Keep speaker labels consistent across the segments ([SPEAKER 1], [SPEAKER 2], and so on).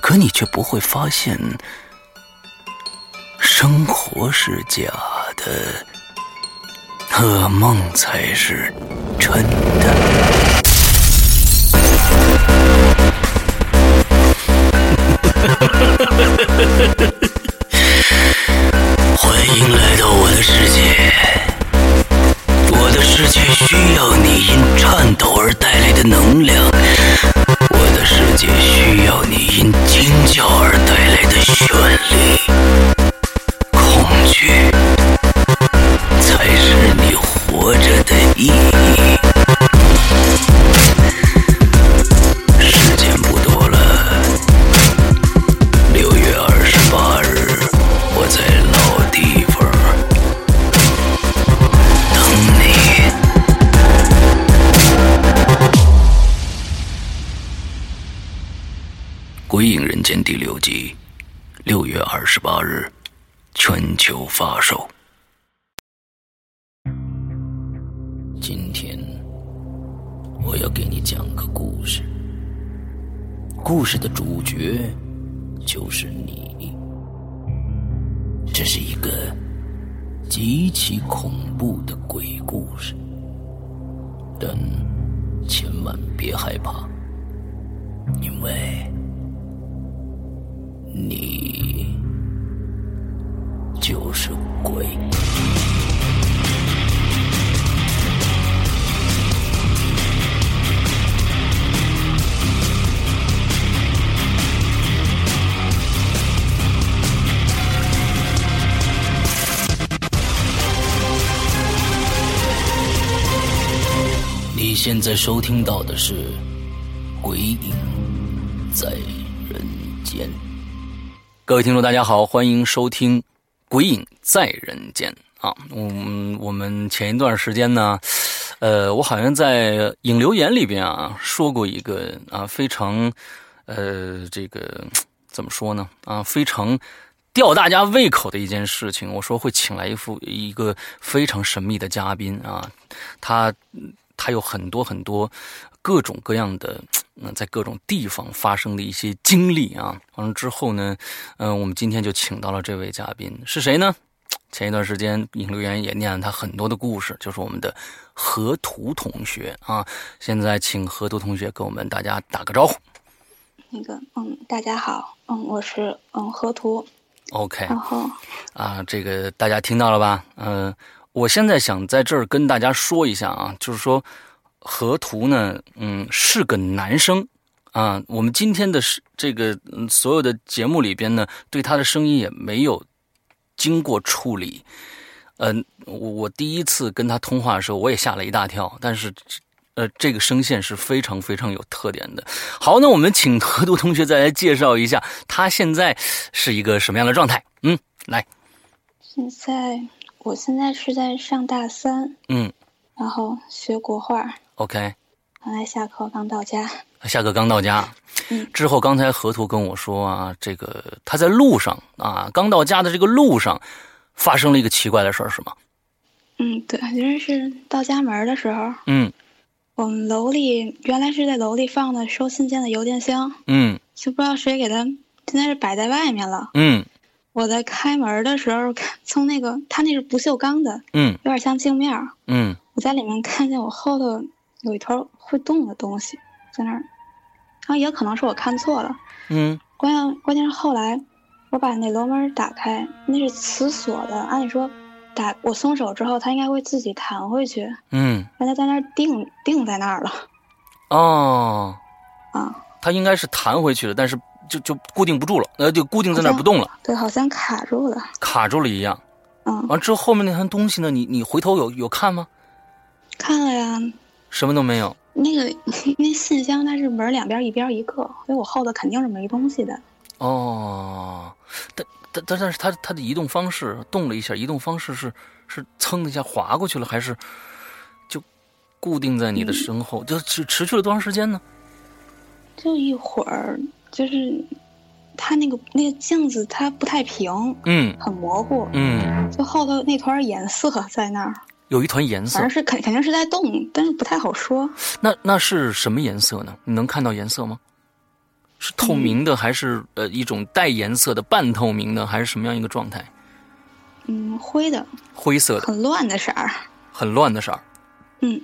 [SPEAKER 1] 可你却不会发现，生活是假的，噩梦才是真的。 欢迎来到我的世界，我的世界需要你因颤抖而带来的能量。我的世界需要你因惊叫而带来的绚丽，恐惧才是你活着的意义。时间不多了，六月二十八日，我在老地方等你。《鬼影人间》第六集，六月二十八日全球发售。今天我要给你讲个故事，故事的主角就是你。这是一个极其恐怖的鬼故事，但千万别害怕，因为。你就是鬼。你现在收听到的是《鬼影在人间》。各位听众，大家好，欢迎收听《鬼影在人间》啊！我们我们前一段时间呢，呃，我好像在影留言里边啊说过一个啊非常呃这个怎么说呢啊非常吊大家胃口的一件事情，我说会请来一副一个非常神秘的嘉宾啊，他他有很多很多各种各样的。嗯，在各种地方发生的一些经历啊，完了之后呢，嗯、我们今天就请到了这位嘉宾是谁呢？前一段时间引流员也念了他很多的故事，就是我们的河图同学啊。现在请河图同学跟我们大家打个招呼。
[SPEAKER 2] 那个，嗯，大家好，嗯，我是嗯河图，
[SPEAKER 1] OK
[SPEAKER 2] 然后
[SPEAKER 1] 啊，这个大家听到了吧？嗯、我现在想在这儿跟大家说一下啊，就是说河图呢，嗯，是个男生啊。我们今天的是这个、嗯、所有的节目里边呢，对他的声音也没有经过处理。嗯、我我第一次跟他通话的时候，我也吓了一大跳，但是。呃，这个声线是非常非常有特点的。好，那我们请河图同学再来介绍一下，他现在是一个什么样的状态？嗯，来，
[SPEAKER 2] 现在我现在是在上大三，
[SPEAKER 1] 嗯
[SPEAKER 2] 然后学国画，
[SPEAKER 1] ，OK，
[SPEAKER 2] 刚才下课刚到家，
[SPEAKER 1] 下课刚到家
[SPEAKER 2] 嗯，
[SPEAKER 1] 之后刚才河图跟我说啊，这个他在路上啊，刚到家的这个路上发生了一个奇怪的事儿，是吗？
[SPEAKER 2] 嗯，对，就是是到家门儿的时候，
[SPEAKER 1] 嗯
[SPEAKER 2] 我们楼里原来是在楼里放的收信件的邮电箱，
[SPEAKER 1] 嗯
[SPEAKER 2] 就不知道谁给它，现在是摆在外面了。
[SPEAKER 1] 嗯
[SPEAKER 2] 我在开门的时候，看从那个它那是不锈钢的，
[SPEAKER 1] 嗯
[SPEAKER 2] 有点像镜面儿，
[SPEAKER 1] 嗯，
[SPEAKER 2] 我在里面看见我后头有一团会动的东西在那儿，然后也可能是我看错了。
[SPEAKER 1] 嗯
[SPEAKER 2] 关键关键是后来我把那楼门打开，那是磁锁的，按理说打我松手之后，它应该会自己弹回去，
[SPEAKER 1] 嗯，
[SPEAKER 2] 但它在那儿定定在那儿了
[SPEAKER 1] 哦，
[SPEAKER 2] 啊，
[SPEAKER 1] 他应该是弹回去了，但是就就固定不住了，呃，就固定在那儿不动了，
[SPEAKER 2] 对，好像卡住了，
[SPEAKER 1] 卡住了一样。
[SPEAKER 2] 嗯，
[SPEAKER 1] 完之后后面那团东西呢？你你回头有有看吗？
[SPEAKER 2] 看了呀，
[SPEAKER 1] 什么都没有。
[SPEAKER 2] 那个那信箱它是门两边一边一个，所以我后头肯定是没东西的，
[SPEAKER 1] 哦，但但但但是它它的移动方式动了一下，移动方式是是蹭的一下滑过去了，还是就固定在
[SPEAKER 2] 嗯
[SPEAKER 1] 你的身后？就持持续了多长时间呢？
[SPEAKER 2] 就一会儿，就是它那个那个镜子它不太平，
[SPEAKER 1] 嗯
[SPEAKER 2] 很模糊，
[SPEAKER 1] 嗯，
[SPEAKER 2] 就后头那团颜色在那儿，
[SPEAKER 1] 有一团颜色
[SPEAKER 2] 反正，是肯肯定是在动，但是不太好说。
[SPEAKER 1] 那那是什么颜色呢？你能看到颜色吗？是
[SPEAKER 2] 嗯
[SPEAKER 1] 透明的，还是呃一种带颜色的半透明的，还是什么样一个状态？
[SPEAKER 2] 嗯，灰的，
[SPEAKER 1] 灰色的，
[SPEAKER 2] 很乱的色儿。
[SPEAKER 1] 很乱的色儿。
[SPEAKER 2] 嗯，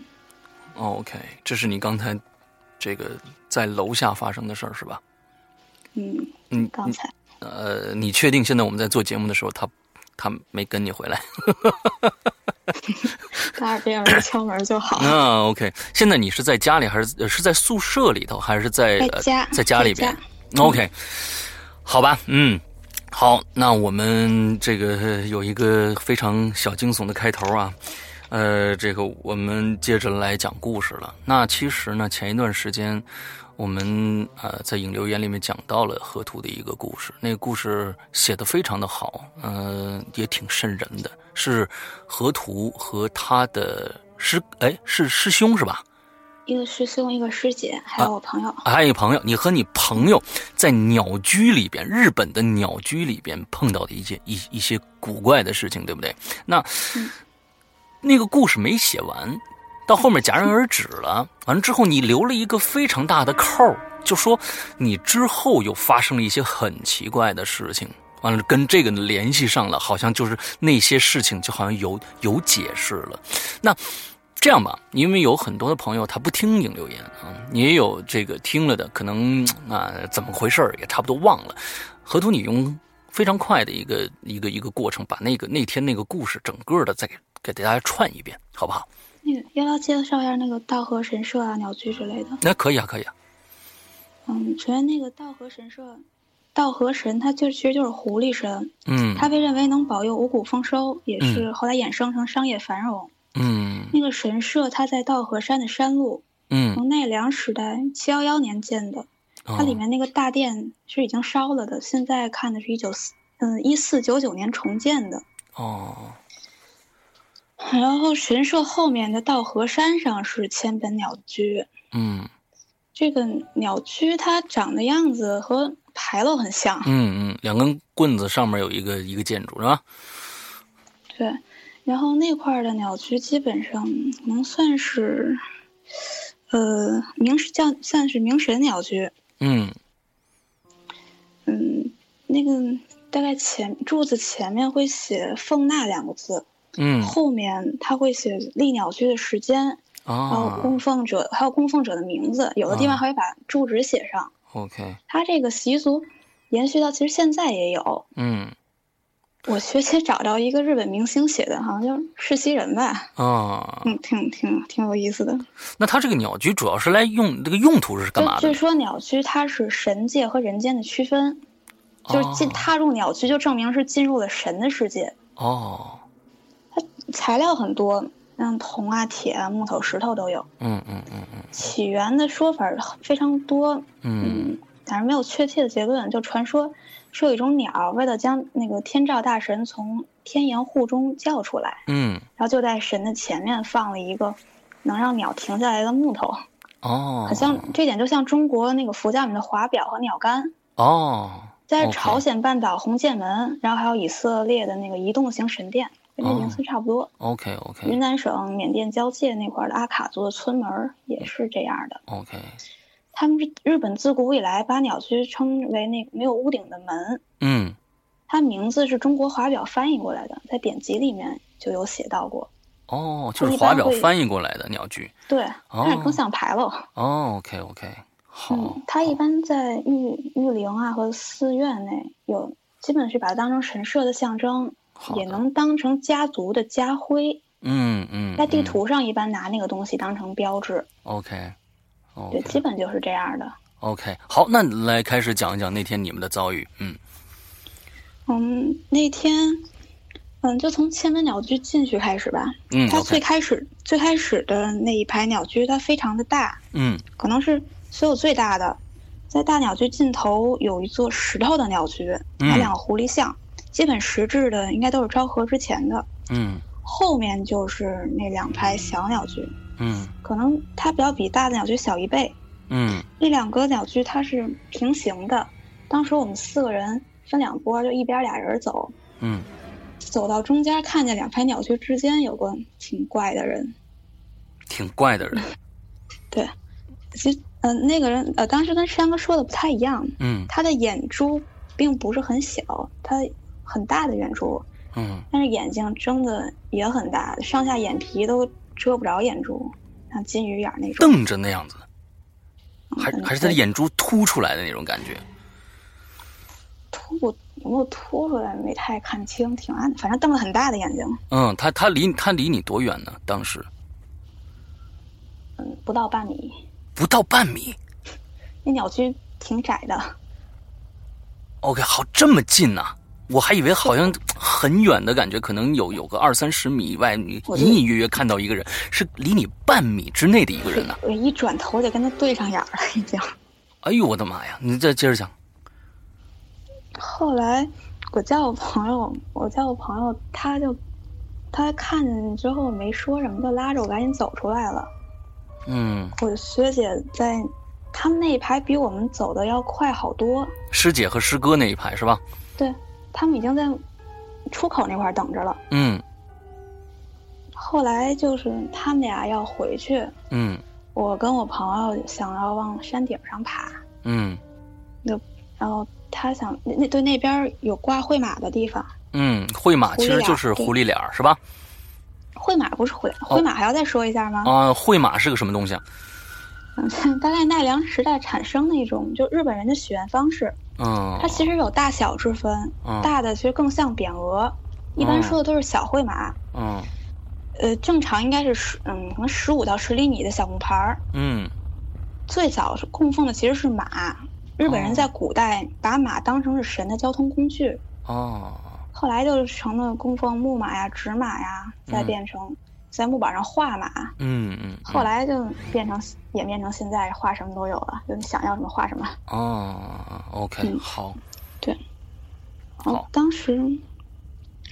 [SPEAKER 1] OK，这是你刚才这个在楼下发生的事儿是吧？
[SPEAKER 2] 嗯，
[SPEAKER 1] 嗯，
[SPEAKER 2] 刚才
[SPEAKER 1] 呃，你确定现在我们在做节目的时候，他他没跟你回来？
[SPEAKER 2] 大耳边有人敲门就好。
[SPEAKER 1] 啊，OK，现在你是在家里还是呃是在宿舍里头，还是在
[SPEAKER 2] 在
[SPEAKER 1] 呃
[SPEAKER 2] 家
[SPEAKER 1] 在家里边
[SPEAKER 2] 在家嗯
[SPEAKER 1] ？OK，好吧，嗯。好，那我们这个呃有一个非常小惊悚的开头啊，呃，这个我们接着来讲故事了。那其实呢，前一段时间我们呃在引流言里面讲到了河图的一个故事，那个故事写的非常的好，呃，也挺瘆人的，是河图和他的师哎是师兄是吧？
[SPEAKER 2] 一个师兄，一个师姐，还有我朋友。
[SPEAKER 1] 啊还有一个朋友，你和你朋友在鸟居里边，日本的鸟居里边碰到的一些一一些古怪的事情，对不对？那、那个故事没写完，到后面戛然而止了。完了之后，你留了一个非常大的扣儿，就说你之后又发生了一些很奇怪的事情。完了，跟这个联系上了，好像就是那些事情，就好像有有解释了。那这样吧，因为有很多的朋友他不听引流言啊，你也有这个听了的，可能啊、怎么回事儿也差不多忘了。河图，你用非常快的一个一个一个过程，把那个那天那个故事整个的再给给大家串一遍，好不好？
[SPEAKER 2] 那个要不要介绍一下那个道和神社啊、鸟居之类的？
[SPEAKER 1] 那可以啊，可以啊。
[SPEAKER 2] 嗯，首先那个道和神社，道和神它就其实就是狐狸神，
[SPEAKER 1] 嗯
[SPEAKER 2] 它被认为能保佑五谷丰收，也是后来衍生成商业繁荣。
[SPEAKER 1] 嗯
[SPEAKER 2] 那个神社它在道和山的山路，
[SPEAKER 1] 嗯，
[SPEAKER 2] 从奈良时代七幺幺年建的，它里
[SPEAKER 1] 哦
[SPEAKER 2] 面那个大殿是已经烧了的，现在看的是一九四嗯一四九九年重建的。
[SPEAKER 1] 哦
[SPEAKER 2] 然后神社后面的道和山上是千本鸟居，
[SPEAKER 1] 嗯
[SPEAKER 2] 这个鸟居它长的样子和牌楼很像，
[SPEAKER 1] 嗯嗯，两根棍子上面有一个一个建筑是吧？
[SPEAKER 2] 对。然后那块儿的鸟居基本上能算是，呃，明神叫算是明神鸟居，
[SPEAKER 1] 嗯
[SPEAKER 2] 嗯，那个大概前柱子前面会写“奉纳”两个字，
[SPEAKER 1] 嗯
[SPEAKER 2] 后面它会写立鸟居的时间，还有
[SPEAKER 1] 啊
[SPEAKER 2] 供奉者，还有供奉者的名字，有的地
[SPEAKER 1] 啊
[SPEAKER 2] 方还会把住址写上。
[SPEAKER 1] ，OK，
[SPEAKER 2] 它这个习俗延续到其实现在也有。
[SPEAKER 1] 嗯
[SPEAKER 2] 我学姐找到一个日本明星写的，好像叫世袭人吧，
[SPEAKER 1] 啊，
[SPEAKER 2] 嗯，挺挺挺有意思的。
[SPEAKER 1] 那它这个鸟居主要是来用这个用途是干嘛的
[SPEAKER 2] 就
[SPEAKER 1] 呢？
[SPEAKER 2] 据说鸟居它是神界和人间的区分，就是进
[SPEAKER 1] 哦
[SPEAKER 2] 踏入鸟居就证明是进入了神的世界。
[SPEAKER 1] 哦，
[SPEAKER 2] 材料很多，像铜啊、铁啊、木头、石头都有。
[SPEAKER 1] 嗯嗯嗯嗯
[SPEAKER 2] 起源的说法非常多，
[SPEAKER 1] 嗯，
[SPEAKER 2] 嗯，但是没有确切的结论。就传说是有一种鸟，为了将那个天照大神从天岩户中叫出来，
[SPEAKER 1] 嗯，
[SPEAKER 2] 然后就在神的前面放了一个能让鸟停下来的木头，
[SPEAKER 1] 哦，
[SPEAKER 2] 好像这点就像中国那个佛教里面的华表和鸟杆。
[SPEAKER 1] 哦，
[SPEAKER 2] 在
[SPEAKER 1] OK
[SPEAKER 2] 朝鲜半岛红剑门，然后还有以色列的那个移动型神殿，跟这
[SPEAKER 1] 哦
[SPEAKER 2] 名字差不多。
[SPEAKER 1] OK
[SPEAKER 2] 云
[SPEAKER 1] OK
[SPEAKER 2] 南省缅甸交界那块儿的阿卡族的村门儿也是这样的。
[SPEAKER 1] OK，
[SPEAKER 2] 他们是日本自古以来把鸟居称为那个没有屋顶的门，
[SPEAKER 1] 嗯
[SPEAKER 2] 它名字是中国华表翻译过来的，在典籍里面就有写到过。
[SPEAKER 1] 哦，就是
[SPEAKER 2] 一般
[SPEAKER 1] 华表
[SPEAKER 2] 会
[SPEAKER 1] 翻译过来的鸟居。
[SPEAKER 2] 对，
[SPEAKER 1] 哦
[SPEAKER 2] 但是更像牌楼。
[SPEAKER 1] 哦，OK OK，好，
[SPEAKER 2] 嗯，它一般在玉玉陵啊和寺院内有，基本是把它当成神社的象征，
[SPEAKER 1] 好
[SPEAKER 2] 也
[SPEAKER 1] 的
[SPEAKER 2] 能当成家族的家徽。
[SPEAKER 1] 嗯嗯，
[SPEAKER 2] 在地
[SPEAKER 1] 嗯
[SPEAKER 2] 图上一般拿那个东西当成标志，
[SPEAKER 1] OK
[SPEAKER 2] 对，基
[SPEAKER 1] OK
[SPEAKER 2] 本就是这样的。
[SPEAKER 1] OK，好，那来开始讲一讲那天你们的遭遇。嗯
[SPEAKER 2] 嗯，那天，嗯，就从千本鸟居进去开始吧。
[SPEAKER 1] 嗯
[SPEAKER 2] 它最
[SPEAKER 1] ，OK，
[SPEAKER 2] 开始最开始的那一排鸟居，它非常的大，
[SPEAKER 1] 嗯
[SPEAKER 2] 可能是所有最大的。在大鸟居尽头有一座石头的鸟居，有
[SPEAKER 1] 嗯
[SPEAKER 2] 两个狐狸像，基本实质的应该都是昭和之前的，
[SPEAKER 1] 嗯
[SPEAKER 2] 后面就是那两排小鸟居，
[SPEAKER 1] 嗯
[SPEAKER 2] 可能它比较比大的鸟居小一倍。
[SPEAKER 1] 嗯
[SPEAKER 2] 那两个鸟居它是平行的，当时我们四个人分两波，就一边俩人走，
[SPEAKER 1] 嗯
[SPEAKER 2] 走到中间看见两排鸟居之间有个挺怪的人，
[SPEAKER 1] 挺怪的人，
[SPEAKER 2] 对，其实嗯、呃那个人呃当时跟山哥说的不太一样，
[SPEAKER 1] 嗯
[SPEAKER 2] 他的眼珠并不是很小，他很大的眼珠，
[SPEAKER 1] 嗯
[SPEAKER 2] 但是眼睛睁的也很大，上下眼皮都遮不着眼珠，像金鱼眼那种。
[SPEAKER 1] 瞪着那样子，还
[SPEAKER 2] 嗯
[SPEAKER 1] 还是他的眼珠凸出来的那种感觉，
[SPEAKER 2] 凸不有没有凸出来没太看清，挺暗的，反正瞪了很大的眼睛，
[SPEAKER 1] 嗯，他他离他离你多远呢？当时
[SPEAKER 2] 嗯，不到半米。
[SPEAKER 1] 不到半米
[SPEAKER 2] 那鸟居挺窄的，
[SPEAKER 1] ，OK，好，这么近呐、我还以为好像很远的感觉，可能有有个二三十米以外，你
[SPEAKER 2] 我觉得
[SPEAKER 1] 隐隐约约看到一个人，是离你半米之内的一个人呢、
[SPEAKER 2] 我一转头就跟他对上眼儿了，已经。
[SPEAKER 1] 哎呦我的妈呀！你再接着讲，
[SPEAKER 2] 后来我叫我朋友，我叫我朋友，他就他看见之后没说什么，就拉着我赶紧走出来了。
[SPEAKER 1] 嗯，
[SPEAKER 2] 我的学姐在他们那一排比我们走的要快好多，
[SPEAKER 1] 师姐和师哥那一排是吧？
[SPEAKER 2] 对他们已经在出口那块儿等着了。
[SPEAKER 1] 嗯
[SPEAKER 2] 后来就是他们俩要回去，
[SPEAKER 1] 嗯
[SPEAKER 2] 我跟我朋友想要往山顶上爬，
[SPEAKER 1] 嗯
[SPEAKER 2] 然后他想那那对那边儿有挂会马的地方，
[SPEAKER 1] 嗯，会马其实就是狐
[SPEAKER 2] 狐
[SPEAKER 1] 狸脸儿是吧？
[SPEAKER 2] 会马不是会
[SPEAKER 1] 哦
[SPEAKER 2] 会马还要再说一下吗？
[SPEAKER 1] 啊，会马是个什么东西啊？
[SPEAKER 2] 嗯，大概奈良时代产生的一种就日本人的许愿方式，
[SPEAKER 1] 嗯
[SPEAKER 2] 它其实有大小之分，
[SPEAKER 1] 嗯
[SPEAKER 2] 大的其实更像匾额，一
[SPEAKER 1] 哦
[SPEAKER 2] 般说的都是小会马，
[SPEAKER 1] 嗯
[SPEAKER 2] 呃，正常应该是十嗯可能十五到十厘米的小木牌儿。
[SPEAKER 1] 嗯
[SPEAKER 2] 最早是供奉的其实是马，日本
[SPEAKER 1] 哦
[SPEAKER 2] 人在古代把马当成是神的交通工具，
[SPEAKER 1] 哦
[SPEAKER 2] 后来就成了供奉木马呀、纸马呀，再
[SPEAKER 1] 嗯
[SPEAKER 2] 变成在木板上画马，
[SPEAKER 1] 嗯嗯，
[SPEAKER 2] 后来就变成演变成现在画什么都有了，就你想要什么画什么。
[SPEAKER 1] 哦，OK，
[SPEAKER 2] 嗯
[SPEAKER 1] 好，
[SPEAKER 2] 然后
[SPEAKER 1] 好
[SPEAKER 2] 哦当时，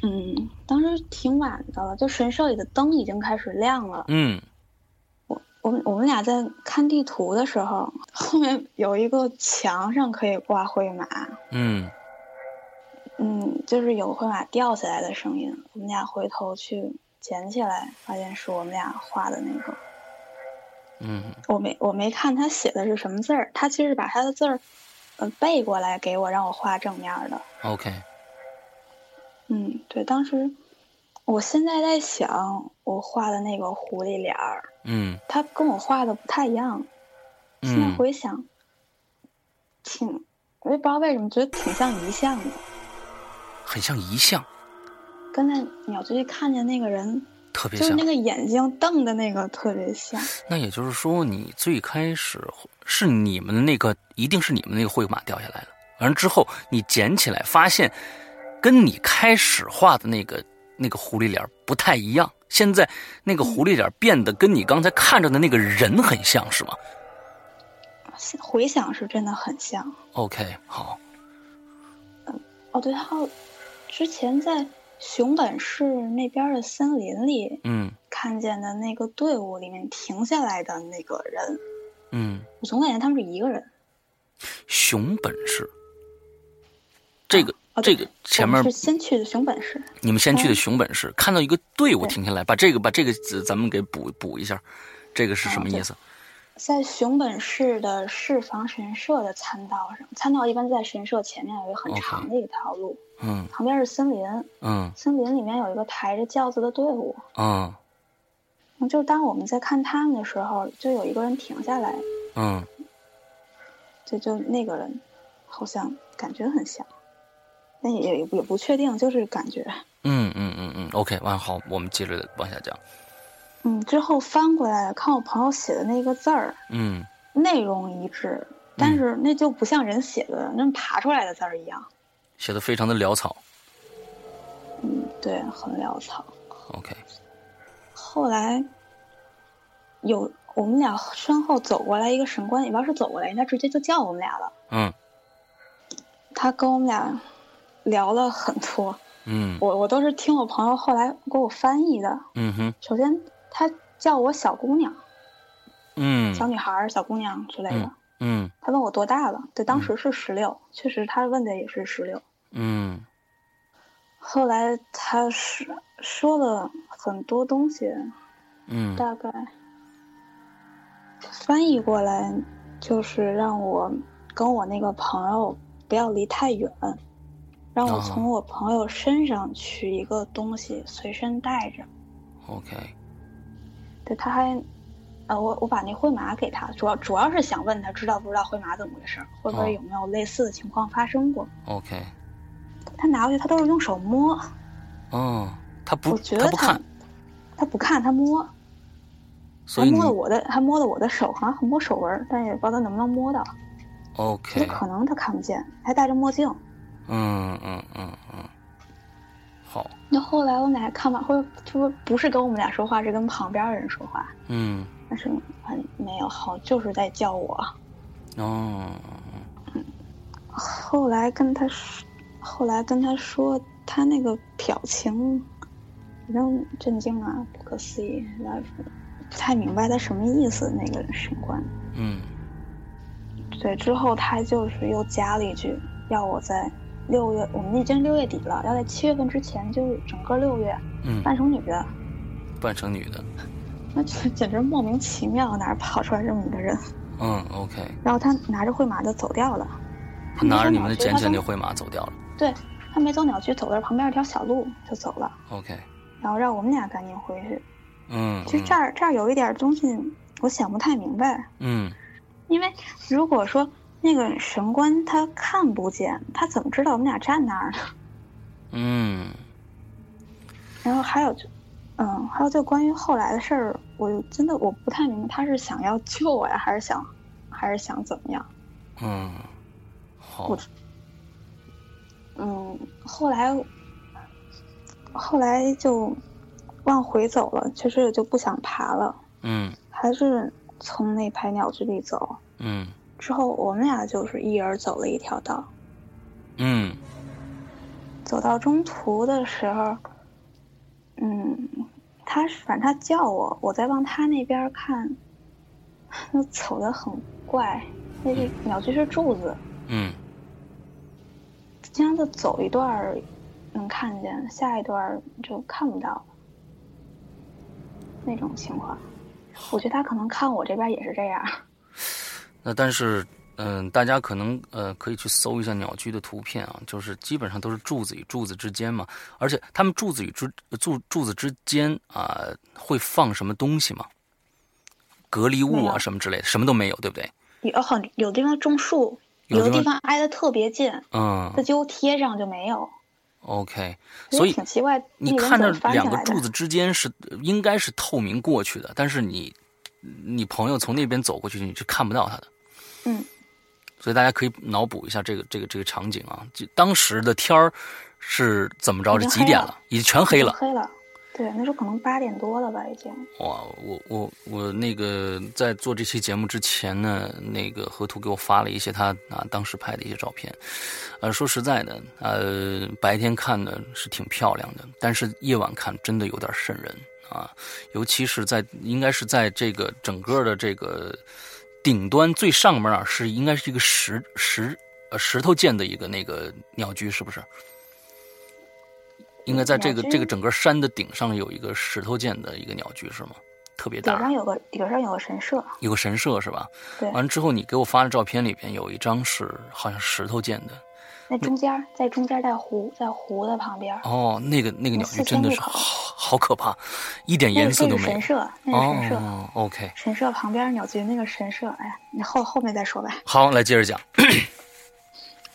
[SPEAKER 2] 嗯，当时挺晚的了，就神社里的灯已经开始亮了。
[SPEAKER 1] 嗯
[SPEAKER 2] 我们我们俩在看地图的时候， 后面有一个墙上可以挂灰马，
[SPEAKER 1] 嗯
[SPEAKER 2] 嗯，就是有灰马掉下来的声音。我们俩回头去捡起来，发现是我们俩画的那个。
[SPEAKER 1] 嗯
[SPEAKER 2] 我没我没看他写的是什么字儿，他其实是把他的字儿，呃，背过来给我，让我画正面儿的。
[SPEAKER 1] ，OK，
[SPEAKER 2] 嗯，对，当时我现在在想，我画的那个狐狸脸儿，
[SPEAKER 1] 嗯
[SPEAKER 2] 它跟我画的不太一样。现在
[SPEAKER 1] 嗯
[SPEAKER 2] 回想，挺，我也不知道为什么，觉得挺像遗像的，
[SPEAKER 1] 很像遗像，
[SPEAKER 2] 跟那鸟居看见那个人，
[SPEAKER 1] 特别
[SPEAKER 2] 就是
[SPEAKER 1] 像
[SPEAKER 2] 那。个眼睛瞪的那个特别像。
[SPEAKER 1] 那也就是说，你最开始是你们那个，一定是你们那个绘马掉下来了，完了之后你捡起来，发现跟你开始画的那个那个狐狸脸儿不太一样。现在那个狐狸脸儿变得跟你刚才看着的那个人很像，是吗
[SPEAKER 2] 回想是真的很像。
[SPEAKER 1] ？OK，好，
[SPEAKER 2] 哦，对，还有之前在熊本市那边的森林里
[SPEAKER 1] 嗯
[SPEAKER 2] 看见的那个队伍里面停下来的那个人，
[SPEAKER 1] 嗯，
[SPEAKER 2] 我总感觉他们是一个人。
[SPEAKER 1] 熊本市，这个、
[SPEAKER 2] 哦
[SPEAKER 1] 这
[SPEAKER 2] 对
[SPEAKER 1] 个
[SPEAKER 2] 我
[SPEAKER 1] 前
[SPEAKER 2] 们
[SPEAKER 1] 面
[SPEAKER 2] 是先去的熊本市，
[SPEAKER 1] 你们先去的熊本市，看到一个队伍
[SPEAKER 2] 哦对
[SPEAKER 1] 停下来，把这个把这个字咱们给补补一下，这个是什么
[SPEAKER 2] 嗯
[SPEAKER 1] 意
[SPEAKER 2] 对
[SPEAKER 1] 思？
[SPEAKER 2] 在熊本市的市防神社的参道上，参道一般在神社前面有一个很
[SPEAKER 1] OK
[SPEAKER 2] 长的一条路，
[SPEAKER 1] 嗯
[SPEAKER 2] 旁边是森林，
[SPEAKER 1] 嗯
[SPEAKER 2] 森林里面有一个抬着轿子的队伍。
[SPEAKER 1] 嗯
[SPEAKER 2] 嗯就是当我们在看他们的时候，就有一个人停下来，
[SPEAKER 1] 嗯，
[SPEAKER 2] 就就那个人，好像感觉很像，但也也不也不确定，就是感觉。
[SPEAKER 1] 嗯嗯嗯嗯，OK，完好，我们接着往下讲。
[SPEAKER 2] 嗯，之后翻过来看我朋友写的那个字儿，
[SPEAKER 1] 嗯，
[SPEAKER 2] 内容一致，但是那就不像人写的，那爬出来的字儿一样。
[SPEAKER 1] 写的非常的潦草。
[SPEAKER 2] 嗯，对，很潦草。
[SPEAKER 1] OK，
[SPEAKER 2] 后来有我们俩身后走过来一个神官，也不知道是走过来，人家直接就叫我们俩了。
[SPEAKER 1] 嗯
[SPEAKER 2] 他跟我们俩聊了很多，
[SPEAKER 1] 嗯
[SPEAKER 2] 我我都是听我朋友后来给我翻译的。
[SPEAKER 1] 嗯哼
[SPEAKER 2] 首先，他叫我小姑娘、
[SPEAKER 1] 嗯
[SPEAKER 2] 小女孩儿、小姑娘之类的。
[SPEAKER 1] 嗯
[SPEAKER 2] 他问我多大了，对，当时是十六，确实他问的也是十六。
[SPEAKER 1] 嗯
[SPEAKER 2] 后来他是说了很多东西，
[SPEAKER 1] 嗯
[SPEAKER 2] 大概翻译过来就是让我跟我那个朋友不要离太远，让我
[SPEAKER 1] 啊
[SPEAKER 2] 从我朋友身上取一个东西随身带着。
[SPEAKER 1] ，OK，
[SPEAKER 2] 对，他还，呃，我我把那灰麻给他，主要主要是想问他知道不知道灰麻怎么回事儿，会不
[SPEAKER 1] 哦
[SPEAKER 2] 会有没有类似的情况发生过。
[SPEAKER 1] OK，
[SPEAKER 2] 他拿回去，他都是用手摸，
[SPEAKER 1] 哦，他不
[SPEAKER 2] 我觉得
[SPEAKER 1] 不看，
[SPEAKER 2] 他不看，他摸，
[SPEAKER 1] 所
[SPEAKER 2] 还
[SPEAKER 1] 以你
[SPEAKER 2] 摸了我的，还摸了我的手，好像还摸手纹儿，但也不知道他能不能摸到，也
[SPEAKER 1] OK，
[SPEAKER 2] 可能他看不见，还戴着墨镜。
[SPEAKER 1] 嗯嗯嗯嗯，好，
[SPEAKER 2] 那后来我们俩看完，或者就是不是跟我们俩说话，是跟旁边的人说话，
[SPEAKER 1] 嗯
[SPEAKER 2] 但是嗯没有好，就是在叫我。
[SPEAKER 1] 哦，
[SPEAKER 2] 后来跟他说，后来跟他说，他那个表情，反正震惊啊，不可思议，然后不太明白他什么意思。那个神官，
[SPEAKER 1] 嗯
[SPEAKER 2] 对，之后他就是又加了一句，要我在六月，我们已经六月底了，要在七月份之前，就是整个六月
[SPEAKER 1] 嗯，
[SPEAKER 2] 扮成女的，
[SPEAKER 1] 扮成女的，
[SPEAKER 2] 那简简直莫名其妙，哪儿跑出来这么一个人？
[SPEAKER 1] 嗯 OK，
[SPEAKER 2] 然后他拿着会马就走掉了，
[SPEAKER 1] 他拿着你们的捡起来
[SPEAKER 2] 他
[SPEAKER 1] 那灰马走掉了
[SPEAKER 2] 对他没走鸟居，走到旁边一条小路就走了，
[SPEAKER 1] ，OK，
[SPEAKER 2] 然后让我们俩赶紧回去。
[SPEAKER 1] 嗯
[SPEAKER 2] 其实这儿这儿有一点东西我想不太明白，
[SPEAKER 1] 嗯
[SPEAKER 2] 因为如果说那个神官他看不见，他怎么知道我们俩站那儿呢？
[SPEAKER 1] 嗯
[SPEAKER 2] 然后还有就，嗯，还有就关于后来的事儿，我真的我不太明白他是想要救我呀，还是想还是想怎么样？
[SPEAKER 1] 嗯，好
[SPEAKER 2] 我，嗯，后来后来就往回走了，其实也就不想爬了，
[SPEAKER 1] 嗯
[SPEAKER 2] 还是从那排鸟居里走。
[SPEAKER 1] 嗯
[SPEAKER 2] 之后我们俩就是一人走了一条道。
[SPEAKER 1] 嗯
[SPEAKER 2] 走到中途的时候，嗯，他是反正他叫我，我在往他那边看， 那走的很怪，那是鸟居是柱子，
[SPEAKER 1] 嗯
[SPEAKER 2] 经常就走一段儿能看见，下一段儿就看不到了那种情况。我觉得他可能看我这边也是这样，
[SPEAKER 1] 那但是，嗯、大家可能呃可以去搜一下鸟居的图片啊，就是基本上都是柱子与柱子之间嘛，而且他们柱子与柱呃柱柱子之间啊、会放什么东西吗？隔离物
[SPEAKER 2] 没
[SPEAKER 1] 啊
[SPEAKER 2] 有
[SPEAKER 1] 什么之类的，什么都没有，对不对？
[SPEAKER 2] 有很有地方种树，
[SPEAKER 1] 有
[SPEAKER 2] 有的
[SPEAKER 1] 地
[SPEAKER 2] 地
[SPEAKER 1] 方
[SPEAKER 2] 方挨得特别近，
[SPEAKER 1] 嗯
[SPEAKER 2] 这就贴上就没有，
[SPEAKER 1] ，OK，
[SPEAKER 2] 觉得
[SPEAKER 1] 所以
[SPEAKER 2] 挺奇怪。
[SPEAKER 1] 你
[SPEAKER 2] 一人
[SPEAKER 1] 看着
[SPEAKER 2] 走翻
[SPEAKER 1] 两
[SPEAKER 2] 起
[SPEAKER 1] 个
[SPEAKER 2] 来的
[SPEAKER 1] 柱子之间是呃应该是透明过去的，但是你你朋友从那边走过去，你是看不到他的。
[SPEAKER 2] 嗯，
[SPEAKER 1] 所以大家可以脑补一下这个这个这个场景啊，就当时的天儿是怎么着？
[SPEAKER 2] 已
[SPEAKER 1] 是
[SPEAKER 2] 经
[SPEAKER 1] 几点
[SPEAKER 2] 黑了
[SPEAKER 1] 了？已经全黑了。
[SPEAKER 2] 黑了。对，那时候可能八点多了吧，已经。
[SPEAKER 1] 哇，我我我那个在做这期节目之前呢，那个河图给我发了一些他啊当时拍的一些照片，呃，说实在的，呃，白天看呢是挺漂亮的，但是夜晚看真的有点瘆人啊，尤其是在应该是在这个整个的这个顶端最上面啊，是应该是一个石石呃石头建的一个那个鸟居，是不是？应该在这个
[SPEAKER 2] 鸟居
[SPEAKER 1] 这个整个山的顶上有一个石头建的一个鸟居是吗？特别
[SPEAKER 2] 顶
[SPEAKER 1] 大
[SPEAKER 2] 上，有个顶上有个神社，
[SPEAKER 1] 有个神社是吧？
[SPEAKER 2] 对，
[SPEAKER 1] 完了之后，你给我发的照片里边有一张是好像石头建的，
[SPEAKER 2] 那中间儿在中间儿在湖在湖的旁边儿，
[SPEAKER 1] 哦，那个那个
[SPEAKER 2] 嗯
[SPEAKER 1] 鸟居
[SPEAKER 2] 四
[SPEAKER 1] 真
[SPEAKER 2] 千
[SPEAKER 1] 的
[SPEAKER 2] 入
[SPEAKER 1] 是
[SPEAKER 2] 口
[SPEAKER 1] 好好可怕，一点
[SPEAKER 2] 那
[SPEAKER 1] 颜
[SPEAKER 2] 个
[SPEAKER 1] 色
[SPEAKER 2] 这
[SPEAKER 1] 都
[SPEAKER 2] 是
[SPEAKER 1] 没
[SPEAKER 2] 神
[SPEAKER 1] 有。
[SPEAKER 2] 社，那是神社，
[SPEAKER 1] 哦，OK，
[SPEAKER 2] 神社旁边儿鸟居那个神社，哎呀，你后后面再说吧。
[SPEAKER 1] 好，来接着讲。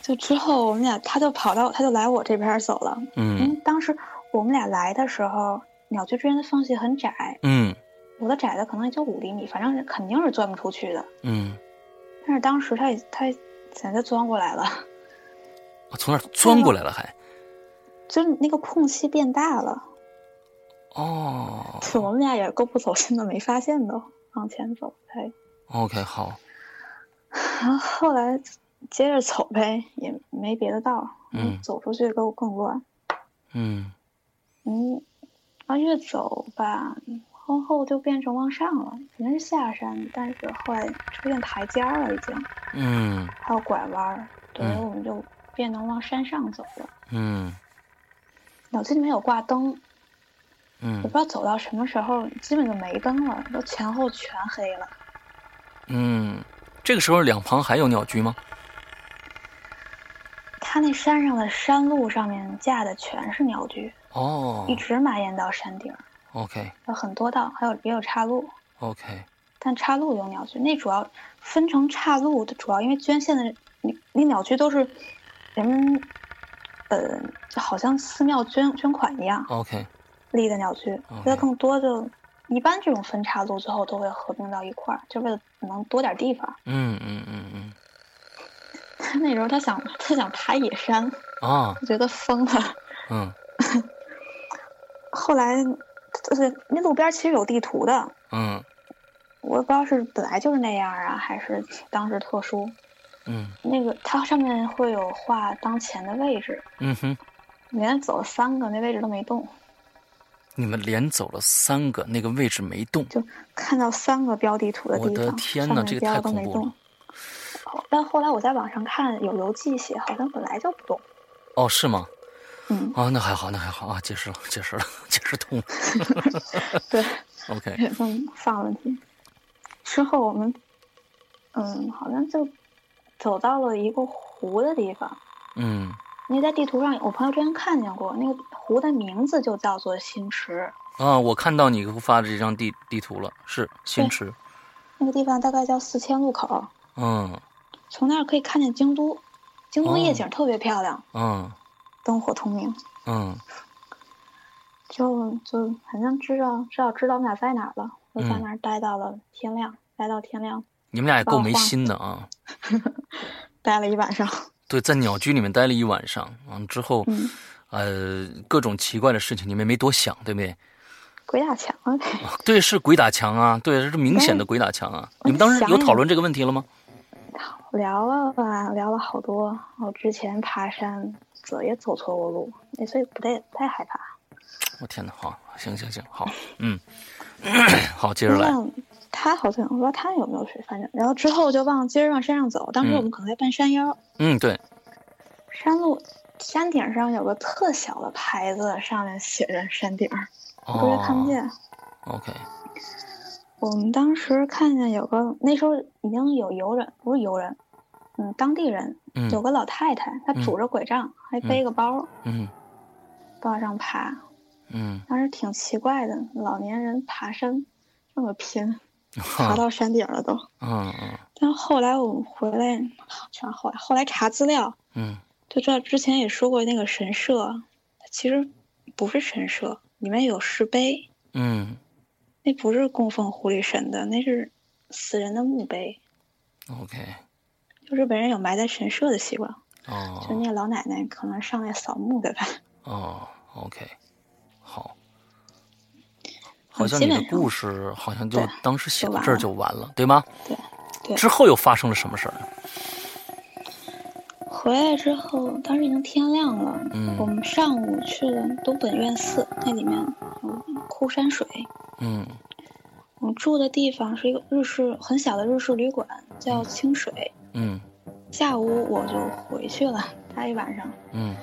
[SPEAKER 2] 就之后我们俩，他就跑到他就来我这边儿走了。
[SPEAKER 1] 嗯
[SPEAKER 2] 嗯，当时我们俩来的时候，鸟居之间的缝隙很窄，
[SPEAKER 1] 嗯
[SPEAKER 2] 有的窄的可能也就五厘米，反正肯定是钻不出去的。
[SPEAKER 1] 嗯，
[SPEAKER 2] 但是当时他也他简直钻过来了，
[SPEAKER 1] 我从那儿钻过来了还。
[SPEAKER 2] 就是那个空隙变大了。
[SPEAKER 1] 哦
[SPEAKER 2] 我们俩也够不走心的，没发现都。往前走才。
[SPEAKER 1] OK，好，
[SPEAKER 2] 然后后来接着走呗，也没别的道。
[SPEAKER 1] 嗯
[SPEAKER 2] 走出去更更乱。
[SPEAKER 1] 嗯
[SPEAKER 2] 嗯，然后越走吧，后后就变成往上了，本来是下山，但是后来出现台阶儿了，已经
[SPEAKER 1] 嗯
[SPEAKER 2] 还有拐弯儿，对，
[SPEAKER 1] 嗯
[SPEAKER 2] 我们就变成往山上走了。
[SPEAKER 1] 嗯
[SPEAKER 2] 脑筋里面有挂灯，
[SPEAKER 1] 嗯
[SPEAKER 2] 我不知道走到什么时候，基本就没灯了，都前后全黑了。
[SPEAKER 1] 嗯，这个时候两旁还有鸟居吗？
[SPEAKER 2] 它那山上的山路上面架的全是鸟居，
[SPEAKER 1] 哦
[SPEAKER 2] 一直蔓延到山顶儿，
[SPEAKER 1] ，OK
[SPEAKER 2] 有很多道，还有也有岔路，
[SPEAKER 1] OK，
[SPEAKER 2] 但岔路有鸟居，那主要分成岔路，它主要因为捐献的那那鸟居都是人们，呃，好像寺庙捐捐款一样
[SPEAKER 1] OK，
[SPEAKER 2] 立的鸟居，
[SPEAKER 1] OK
[SPEAKER 2] 为了更多就一般这种分岔路最后都会合并到一块儿，就为了能多点地方。
[SPEAKER 1] 嗯嗯嗯嗯，
[SPEAKER 2] 那时候他想他想爬野山，
[SPEAKER 1] 啊，
[SPEAKER 2] 我觉得疯了。
[SPEAKER 1] 嗯
[SPEAKER 2] 后来，就是那路边其实有地图的，
[SPEAKER 1] 嗯
[SPEAKER 2] 我也不知道是本来就是那样啊，还是当时特殊。
[SPEAKER 1] 嗯
[SPEAKER 2] 那个它上面会有画当前的位置，
[SPEAKER 1] 嗯哼，
[SPEAKER 2] 连走了三个，那位置都没动，
[SPEAKER 1] 你们连走了三个，那个位置没动，
[SPEAKER 2] 就看到三个标地图
[SPEAKER 1] 我
[SPEAKER 2] 地
[SPEAKER 1] 的
[SPEAKER 2] 方，
[SPEAKER 1] 天
[SPEAKER 2] 上
[SPEAKER 1] 呐，
[SPEAKER 2] 面
[SPEAKER 1] 这个
[SPEAKER 2] 标
[SPEAKER 1] 太
[SPEAKER 2] 都
[SPEAKER 1] 恐
[SPEAKER 2] 没
[SPEAKER 1] 怖
[SPEAKER 2] 动
[SPEAKER 1] 了。。
[SPEAKER 2] 哦但后来我在网上看有游记写，好像本来就不动。
[SPEAKER 1] 哦，是吗？
[SPEAKER 2] 嗯，
[SPEAKER 1] 啊，那还好，那还好啊，解释了，解释了， 解释通了。
[SPEAKER 2] 对，
[SPEAKER 1] OK，
[SPEAKER 2] 也不能放问题。之后我们，嗯，好像就走到了一个湖的地方。
[SPEAKER 1] 嗯，
[SPEAKER 2] 因为在地图上，我朋友之前看见过那个湖的名字就叫做星池，
[SPEAKER 1] 啊，我看到你给我发的这张地地图了，是星驰，
[SPEAKER 2] 那个地方大概叫四千路口，
[SPEAKER 1] 嗯
[SPEAKER 2] 从那儿可以看见京都，京都
[SPEAKER 1] 哦
[SPEAKER 2] 夜景特别漂亮，
[SPEAKER 1] 嗯
[SPEAKER 2] 灯火通明，
[SPEAKER 1] 嗯
[SPEAKER 2] 就就好像知道知道知道我们俩在哪儿了，我就在
[SPEAKER 1] 嗯
[SPEAKER 2] 那儿待到了天亮，待到天亮，
[SPEAKER 1] 你们俩也够没心的啊！
[SPEAKER 2] 待了一晚上，
[SPEAKER 1] 对，在鸟居里面待了一晚上，嗯，之后，
[SPEAKER 2] 嗯
[SPEAKER 1] 呃，各种奇怪的事情你们也没多想，对不对？
[SPEAKER 2] 鬼打墙了呗，
[SPEAKER 1] 啊对，是鬼打墙啊，对，这是明显的鬼打墙啊！你们当时有讨论这个问题了吗？
[SPEAKER 2] 聊了吧，聊了好多，我之前爬山走也走错过路，那所以不太不太害怕。
[SPEAKER 1] 我天哪，好，行行行，好， 嗯，好，接着来，
[SPEAKER 2] 那他好像我不知道他有没有水，反正然后之后就往接着往山上走。当时我们可能在半山腰，
[SPEAKER 1] 嗯，对，
[SPEAKER 2] 山路山顶上有个特小的牌子，上面写着山顶，不
[SPEAKER 1] 哦
[SPEAKER 2] 是看不见。
[SPEAKER 1] ，OK，
[SPEAKER 2] 我们当时看见有个那时候已经有游人，不是游人，嗯，当地人
[SPEAKER 1] 嗯
[SPEAKER 2] 有个老太太，她拄着拐杖，还背个包
[SPEAKER 1] 嗯
[SPEAKER 2] 往上爬，
[SPEAKER 1] 嗯，
[SPEAKER 2] 当时挺奇怪的，老年人爬山这么拼，爬
[SPEAKER 1] 好，
[SPEAKER 2] 到山顶了都。
[SPEAKER 1] 嗯嗯
[SPEAKER 2] 但后来我们回来，全后来后来查资料，
[SPEAKER 1] 嗯
[SPEAKER 2] 就知道之前也说过那个神社，其实不是神社，里面有石碑，
[SPEAKER 1] 嗯
[SPEAKER 2] 那不是供奉狐狸神的，那是死人的墓碑。
[SPEAKER 1] ，OK，
[SPEAKER 2] 就日本人有埋在神社的习惯，就
[SPEAKER 1] 哦
[SPEAKER 2] 那个老奶奶可能上来扫墓的吧。
[SPEAKER 1] 哦，OK，好。好像你
[SPEAKER 2] 基
[SPEAKER 1] 的
[SPEAKER 2] 本上
[SPEAKER 1] 故事好像就
[SPEAKER 2] 对
[SPEAKER 1] 当时写
[SPEAKER 2] 就
[SPEAKER 1] 到
[SPEAKER 2] 完
[SPEAKER 1] 这儿
[SPEAKER 2] 了
[SPEAKER 1] 就完了，对吗？
[SPEAKER 2] 对对
[SPEAKER 1] 之后又发生了什么事儿？
[SPEAKER 2] 回来之后，当时已经天亮了，
[SPEAKER 1] 嗯
[SPEAKER 2] 我们上午去了东本院寺，那里面有枯山水。
[SPEAKER 1] 嗯
[SPEAKER 2] 我们住的地方是一个日式很小的日式旅馆，叫清水。
[SPEAKER 1] 嗯
[SPEAKER 2] 下午我就回去了，待一晚上。
[SPEAKER 1] 嗯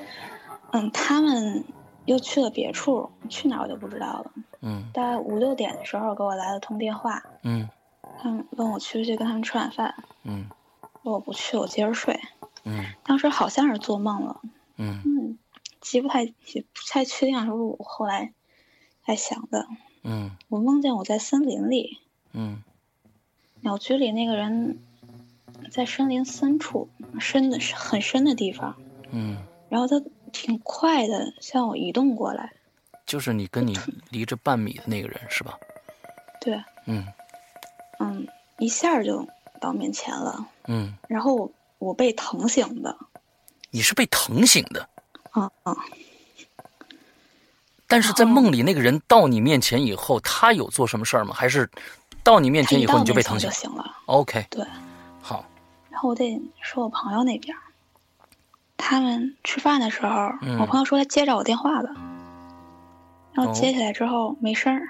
[SPEAKER 2] 嗯，他们又去了别处，去哪儿我就不知道了。
[SPEAKER 1] 嗯
[SPEAKER 2] 大概五六点的时候给我来了通电话，
[SPEAKER 1] 嗯
[SPEAKER 2] 他们问我去不去跟他们吃晚饭，
[SPEAKER 1] 嗯
[SPEAKER 2] 我说我不去，我接着睡。
[SPEAKER 1] 嗯
[SPEAKER 2] 当时好像是做梦了，
[SPEAKER 1] 嗯
[SPEAKER 2] 嗯，记不太记不太确定啊是不是我后来在想的。
[SPEAKER 1] 嗯
[SPEAKER 2] 我梦见我在森林里，
[SPEAKER 1] 嗯
[SPEAKER 2] 鸟居里那个人在森林深处，深的很深的地方，
[SPEAKER 1] 嗯，
[SPEAKER 2] 然后他挺快的向我移动过来，
[SPEAKER 1] 就是你跟你离着半米的那个人是吧？
[SPEAKER 2] 对，
[SPEAKER 1] 嗯
[SPEAKER 2] 嗯，一下儿就到面前了。
[SPEAKER 1] 嗯，
[SPEAKER 2] 然后我我被疼醒的，
[SPEAKER 1] 你是被疼醒的，
[SPEAKER 2] 啊、啊，哦
[SPEAKER 1] 但是在梦里那个人到你面前以后，他有做什么事儿吗？还是到你面前以
[SPEAKER 2] 他
[SPEAKER 1] 后
[SPEAKER 2] 一到
[SPEAKER 1] 你就被
[SPEAKER 2] 那层
[SPEAKER 1] 烫醒
[SPEAKER 2] 就。行了。
[SPEAKER 1] OK，
[SPEAKER 2] 对，
[SPEAKER 1] 好，
[SPEAKER 2] 然后我得说我朋友那边儿，他们吃饭的时候，
[SPEAKER 1] 嗯
[SPEAKER 2] 我朋友说他接着我电话了，
[SPEAKER 1] 哦
[SPEAKER 2] 然后接起来之后没声儿，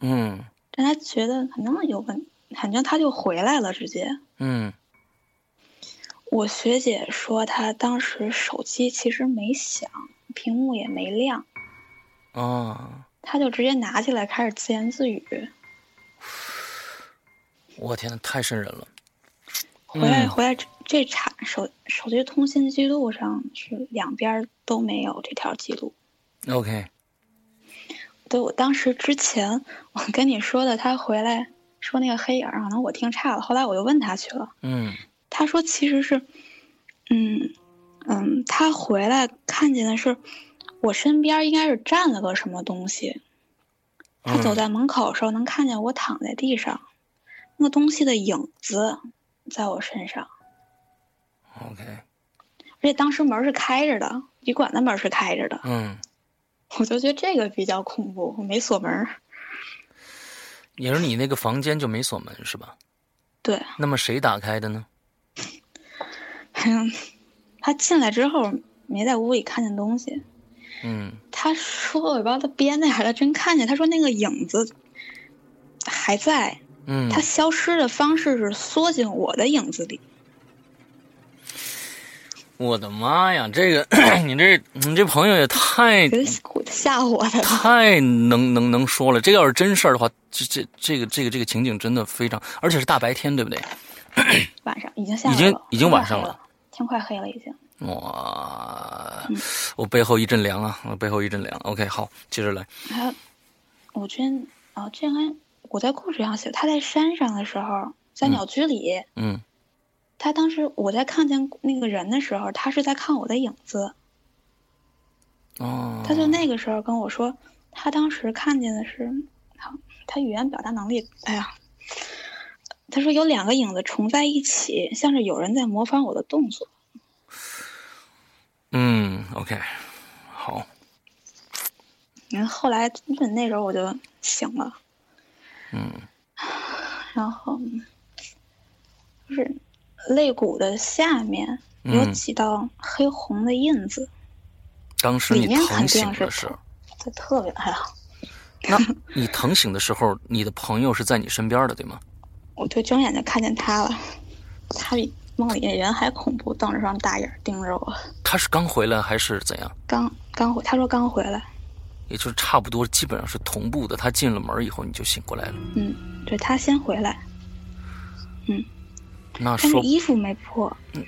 [SPEAKER 1] 嗯
[SPEAKER 2] 但他觉得可能有问，反正他就回来了，直接。
[SPEAKER 1] 嗯
[SPEAKER 2] 我学姐说她当时手机其实没响，屏幕也没亮，
[SPEAKER 1] 啊，
[SPEAKER 2] 她就直接拿起来开始自言自语。
[SPEAKER 1] 我天呐，太瘆人了。
[SPEAKER 2] 回来、
[SPEAKER 1] 嗯
[SPEAKER 2] 回来这这查手手机通信记录上是两边儿都没有这条记录。
[SPEAKER 1] OK，
[SPEAKER 2] 对我当时之前我跟你说的，她回来说那个黑影儿，可能我听差了。后来我又问她去了，
[SPEAKER 1] 嗯
[SPEAKER 2] 她说其实是，嗯嗯，她回来看见的是我身边应该是站了个什么东西。他
[SPEAKER 1] 嗯
[SPEAKER 2] 走在门口的时候，能看见我躺在地上，那个东西的影子在我身上。
[SPEAKER 1] 嗯 OK，
[SPEAKER 2] 而且当时门是开着的，旅馆的门是开着的，
[SPEAKER 1] 嗯，
[SPEAKER 2] 我就觉得这个比较恐怖。我没锁门，
[SPEAKER 1] 也是你那个房间就没锁门是吧？
[SPEAKER 2] 对，
[SPEAKER 1] 那么谁打开的呢？
[SPEAKER 2] 他进来之后没在屋里看见东西。
[SPEAKER 1] 嗯
[SPEAKER 2] 他说我也不知道他编的还是他真看见。他说那个影子还在，
[SPEAKER 1] 嗯
[SPEAKER 2] 他，消失的方式是缩进我的影子里。
[SPEAKER 1] 我的妈呀，这个 你这你这朋友也太
[SPEAKER 2] 觉得吓吓我的了。
[SPEAKER 1] 太能能能说了，这要是真事儿的话，这这这个这个这个情景真的非常，而且是大白天，对不对？
[SPEAKER 2] 晚上已经下来
[SPEAKER 1] 已经
[SPEAKER 2] 了
[SPEAKER 1] 已经晚上
[SPEAKER 2] 天
[SPEAKER 1] 了
[SPEAKER 2] 快黑了，天快黑了已经。
[SPEAKER 1] 哇，我背后一阵凉啊，我背后一阵凉。OK，好，接着来。
[SPEAKER 2] 还有，我之前啊，这应该我在故事上写，他在山上的时候，在鸟居里，
[SPEAKER 1] 嗯
[SPEAKER 2] 他当时我在看见那个人的时候，他是在看我的影子。
[SPEAKER 1] 哦，
[SPEAKER 2] 他就那个时候跟我说，他当时看见的是，好他语言表达能力，哎呀，他说有两个影子重在一起，像是有人在模仿我的动作。
[SPEAKER 1] 嗯，OK，好，
[SPEAKER 2] 然后后来基本那时候我就醒了，
[SPEAKER 1] 嗯
[SPEAKER 2] 然后就是肋骨的下面有
[SPEAKER 1] 嗯
[SPEAKER 2] 几道黑红的印子，
[SPEAKER 1] 当时
[SPEAKER 2] 里
[SPEAKER 1] 你
[SPEAKER 2] 面
[SPEAKER 1] 疼
[SPEAKER 2] 肯定
[SPEAKER 1] 醒
[SPEAKER 2] 是
[SPEAKER 1] 的时候，
[SPEAKER 2] 这特别哎呀，
[SPEAKER 1] 那你疼醒的时候，你的朋友是在你身边的，对吗？
[SPEAKER 2] 我就睁眼就看见他了，他比梦里的人还恐怖，瞪着双大眼儿盯着我。
[SPEAKER 1] 他是刚回来还是怎样？
[SPEAKER 2] 刚刚回，他说刚回来，
[SPEAKER 1] 也就是差不多，基本上是同步的。他进了门以后，你就醒过来了。
[SPEAKER 2] 嗯，对他先回来，
[SPEAKER 1] 那
[SPEAKER 2] 但是
[SPEAKER 1] 说
[SPEAKER 2] 衣服没破，
[SPEAKER 1] 那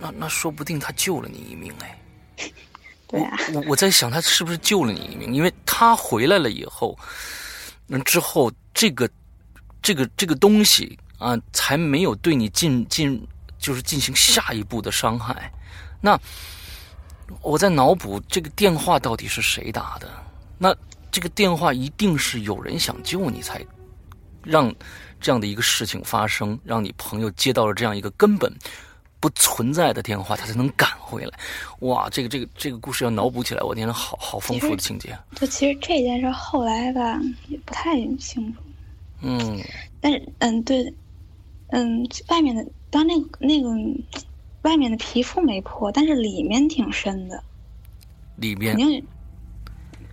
[SPEAKER 1] 那那说不定他救了你一命哎。
[SPEAKER 2] 对啊，
[SPEAKER 1] 我我在想他是不是救了你一命，因为他回来了以后，嗯，之后这个这个这个东西啊，才没有对你进进就是进行下一步的伤害。那我在脑补这个电话到底是谁打的？那这个电话一定是有人想救你才让这样的一个事情发生，让你朋友接到了这样一个根本不存在的电话，他才能赶回来。哇，这个这个这个故事要脑补起来，我天呐，好好丰富的情节。
[SPEAKER 2] 就其实这件事后来吧也不太清楚，
[SPEAKER 1] 嗯
[SPEAKER 2] 但是嗯对，嗯外面的当那个那个外面的皮肤没破，但是里面挺深的，
[SPEAKER 1] 里
[SPEAKER 2] 肯
[SPEAKER 1] 边
[SPEAKER 2] 定，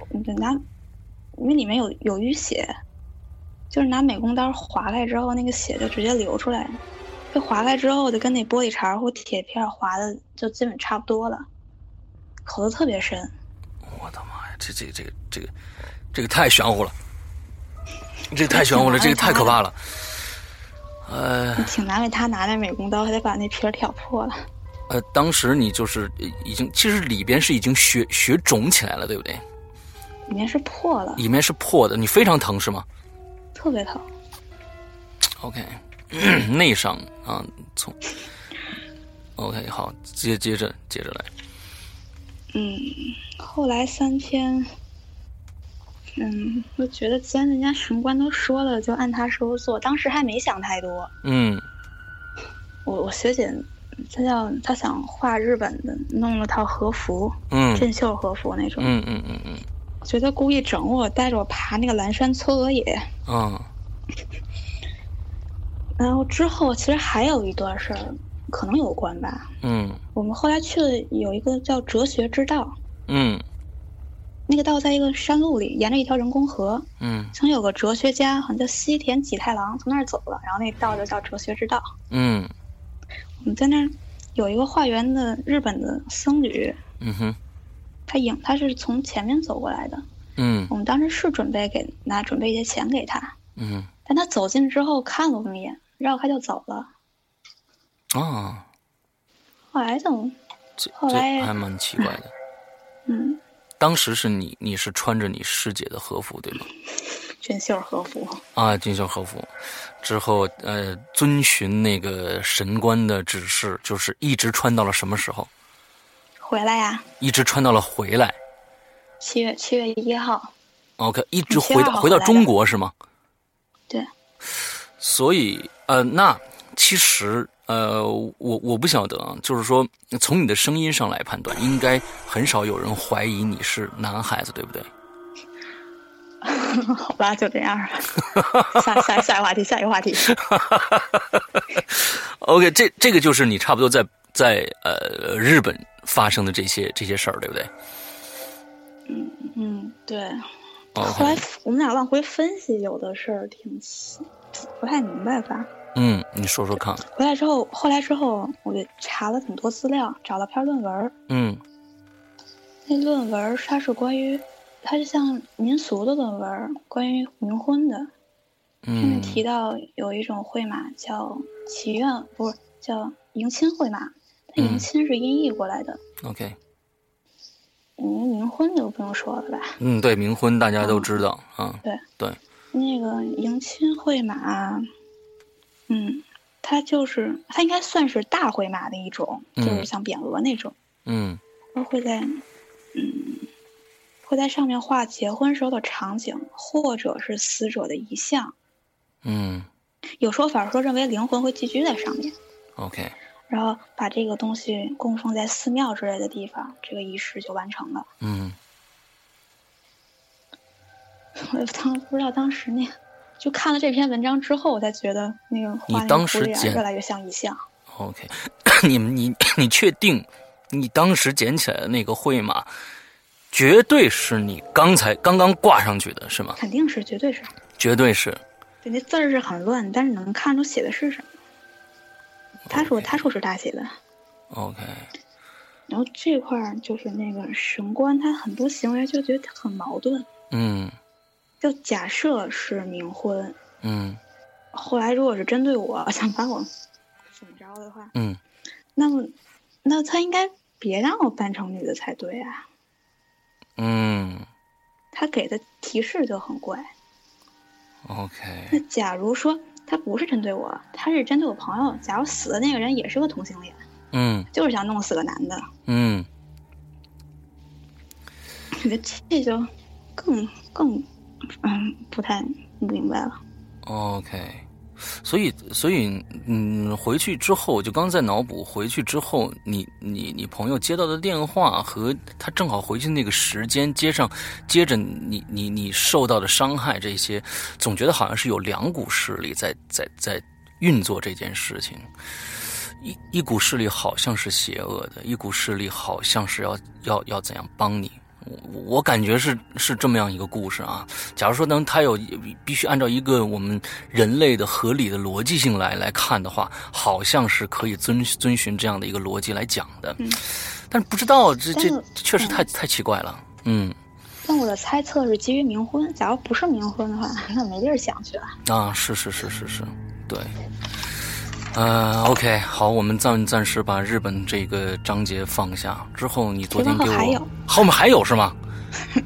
[SPEAKER 2] 你就拿，因为里面有有淤血，就是拿美工刀划开之后，那个血就直接流出来，被划开之后就跟那玻璃碴儿或铁片儿划的就基本差不多了，口子特别深。
[SPEAKER 1] 我的妈呀，这这这个这个这个太玄乎了，这个太玄乎了，这个太可怕了。呃
[SPEAKER 2] 挺难为他拿那美工刀，还得把那皮儿挑破了。
[SPEAKER 1] 呃，当时你就是呃已经，其实里边是已经血血肿起来了，对不对？
[SPEAKER 2] 里面是破了，
[SPEAKER 1] 里面是破的，你非常疼是吗
[SPEAKER 2] 特别疼。
[SPEAKER 1] ？OK，内伤啊，从 OK 好，接接着接着来，
[SPEAKER 2] 嗯，后来三天，嗯，我觉得既然人家神官都说了，就按他说做。当时还没想太多，
[SPEAKER 1] 嗯
[SPEAKER 2] 我我学姐，她要她想画日本的，弄了套和服，
[SPEAKER 1] 嗯
[SPEAKER 2] 镇绣和服那种。
[SPEAKER 1] 嗯嗯嗯嗯
[SPEAKER 2] 我觉得故意整我，带着我爬那个蓝山嵯峨野，
[SPEAKER 1] 嗯
[SPEAKER 2] 然后之后其实还有一段事儿，可能有关吧。
[SPEAKER 1] 嗯
[SPEAKER 2] 我们后来去了有一个叫哲学之道，
[SPEAKER 1] 嗯
[SPEAKER 2] 那个道在一个山路里，沿着一条人工河。
[SPEAKER 1] 嗯
[SPEAKER 2] 曾有个哲学家，好像叫西田几太郎，从那儿走了，然后那道就叫哲学之道。
[SPEAKER 1] 嗯
[SPEAKER 2] 我们在那儿有一个化缘的日本的僧侣，
[SPEAKER 1] 嗯哼
[SPEAKER 2] 他影他是从前面走过来的。
[SPEAKER 1] 嗯
[SPEAKER 2] 我们当时是准备给拿准备一些钱给他，
[SPEAKER 1] 嗯
[SPEAKER 2] 但他走近之后看了我们一眼，绕开就走了。
[SPEAKER 1] 啊，
[SPEAKER 2] 后来等，
[SPEAKER 1] 这
[SPEAKER 2] 后
[SPEAKER 1] 这
[SPEAKER 2] 来
[SPEAKER 1] 还蛮奇怪的。
[SPEAKER 2] 嗯，
[SPEAKER 1] 当时是你，你是穿着你师姐的和服对吗？
[SPEAKER 2] 军袖和服，
[SPEAKER 1] 啊，军校和服，之后呃，遵循那个神官的指示，就是一直穿到了什么时候？
[SPEAKER 2] 回来呀、
[SPEAKER 1] 一直穿到了回来。
[SPEAKER 2] 七月七月一号，
[SPEAKER 1] OK，一直
[SPEAKER 2] 你先
[SPEAKER 1] 回
[SPEAKER 2] 让
[SPEAKER 1] 到
[SPEAKER 2] 我
[SPEAKER 1] 回到
[SPEAKER 2] 来
[SPEAKER 1] 中
[SPEAKER 2] 吧
[SPEAKER 1] 国是吗？
[SPEAKER 2] 对，
[SPEAKER 1] 所以呃，那其实呃，我我不晓得啊，就是说从你的声音上来判断，应该很少有人怀疑你是男孩子，对不对？
[SPEAKER 2] 好吧，就这样吧。下下下一个话题，下一个话题。
[SPEAKER 1] OK，这这个就是你差不多在在呃日本发生的这些这些事儿，对不对
[SPEAKER 2] 嗯，对。后来
[SPEAKER 1] ？OK，
[SPEAKER 2] 我们俩往回分析，有的事儿挺奇不太明白吧。
[SPEAKER 1] 嗯，你说说看，
[SPEAKER 2] 回来之后，后来之后，我就查了很多资料，找了篇论文儿。
[SPEAKER 1] 嗯
[SPEAKER 2] 那论文儿它是关于，它是像民俗的论文儿，关于冥婚的。上面
[SPEAKER 1] 嗯
[SPEAKER 2] 提到有一种会马叫祈愿，不是叫迎亲会马，它
[SPEAKER 1] 嗯
[SPEAKER 2] 迎亲是音译过来的。
[SPEAKER 1] ，OK，
[SPEAKER 2] 嗯，冥婚就不用说了吧。
[SPEAKER 1] 嗯，对，冥婚大家都知道啊，
[SPEAKER 2] 那个迎亲会马，嗯，它就是它应该算是大会马的一种，
[SPEAKER 1] 嗯
[SPEAKER 2] 就是像匾额那种，
[SPEAKER 1] 嗯
[SPEAKER 2] 它会在，嗯，会在上面画结婚时候的场景，或者是死者的遗像。
[SPEAKER 1] 嗯
[SPEAKER 2] 有说法说认为灵魂会寄居在上面，
[SPEAKER 1] ，OK，
[SPEAKER 2] 然后把这个东西供奉在寺庙之类的地方，这个仪式就完成了。
[SPEAKER 1] 嗯
[SPEAKER 2] 我也当不知道当时那个，就看了这篇文章之后，我才觉得那个
[SPEAKER 1] 你
[SPEAKER 2] 画那个
[SPEAKER 1] 当
[SPEAKER 2] 狐
[SPEAKER 1] 时
[SPEAKER 2] 狸啊
[SPEAKER 1] 捡
[SPEAKER 2] 越来越像遗像。
[SPEAKER 1] ，OK，你 你 你确定你当时捡起来的那个会马，绝对是你刚才刚刚挂上去的是吗？
[SPEAKER 2] 肯定是，绝对是。
[SPEAKER 1] 绝对是，
[SPEAKER 2] 对，那字儿是很乱，但是能看出写的是什么。他说
[SPEAKER 1] OK
[SPEAKER 2] 他说是大写的。
[SPEAKER 1] OK，
[SPEAKER 2] 然后这块儿就是那个神官，他很多行为就觉得很矛盾。
[SPEAKER 1] 嗯
[SPEAKER 2] 就假设是冥婚，
[SPEAKER 1] 嗯
[SPEAKER 2] 后来如果是针对我，想把我怎么着的话，
[SPEAKER 1] 嗯
[SPEAKER 2] 那么那他应该别让我扮成女的才对啊。
[SPEAKER 1] 嗯
[SPEAKER 2] 他给的提示就很怪。那
[SPEAKER 1] ，OK，
[SPEAKER 2] 假如说他不是针对我，他是针对我朋友。假如死的那个人也是个同性恋，
[SPEAKER 1] 嗯
[SPEAKER 2] 就是想弄死个男的，
[SPEAKER 1] 嗯。
[SPEAKER 2] 你的这就更更嗯不太明白了。
[SPEAKER 1] OK，所以所以嗯，回去之后就刚在脑补，回去之后你你你朋友接到的电话和他正好回去那个时间接上，接着你你你受到的伤害这些，总觉得好像是有两股势力在在在运作这件事情。一一股势力好像是邪恶的，一股势力好像是要要要怎样帮你。我我我感觉是是这么样一个故事啊。假如说能它有必须按照一个我们人类的合理的逻辑性来来看的话，好像是可以遵遵循这样的一个逻辑来讲的。
[SPEAKER 2] 嗯
[SPEAKER 1] 但是不知道这
[SPEAKER 2] 但
[SPEAKER 1] 这
[SPEAKER 2] 是
[SPEAKER 1] 确实太、太奇怪了。嗯
[SPEAKER 2] 但我的猜测是基于冥婚，假如不是冥婚的话，那没地儿想去了。
[SPEAKER 1] 啊，是是是是是，对。呃，OK，好，我们暂暂时把日本这个章节放下。之后你昨天给
[SPEAKER 2] 这
[SPEAKER 1] 我
[SPEAKER 2] 边后还有
[SPEAKER 1] 后面还有是吗？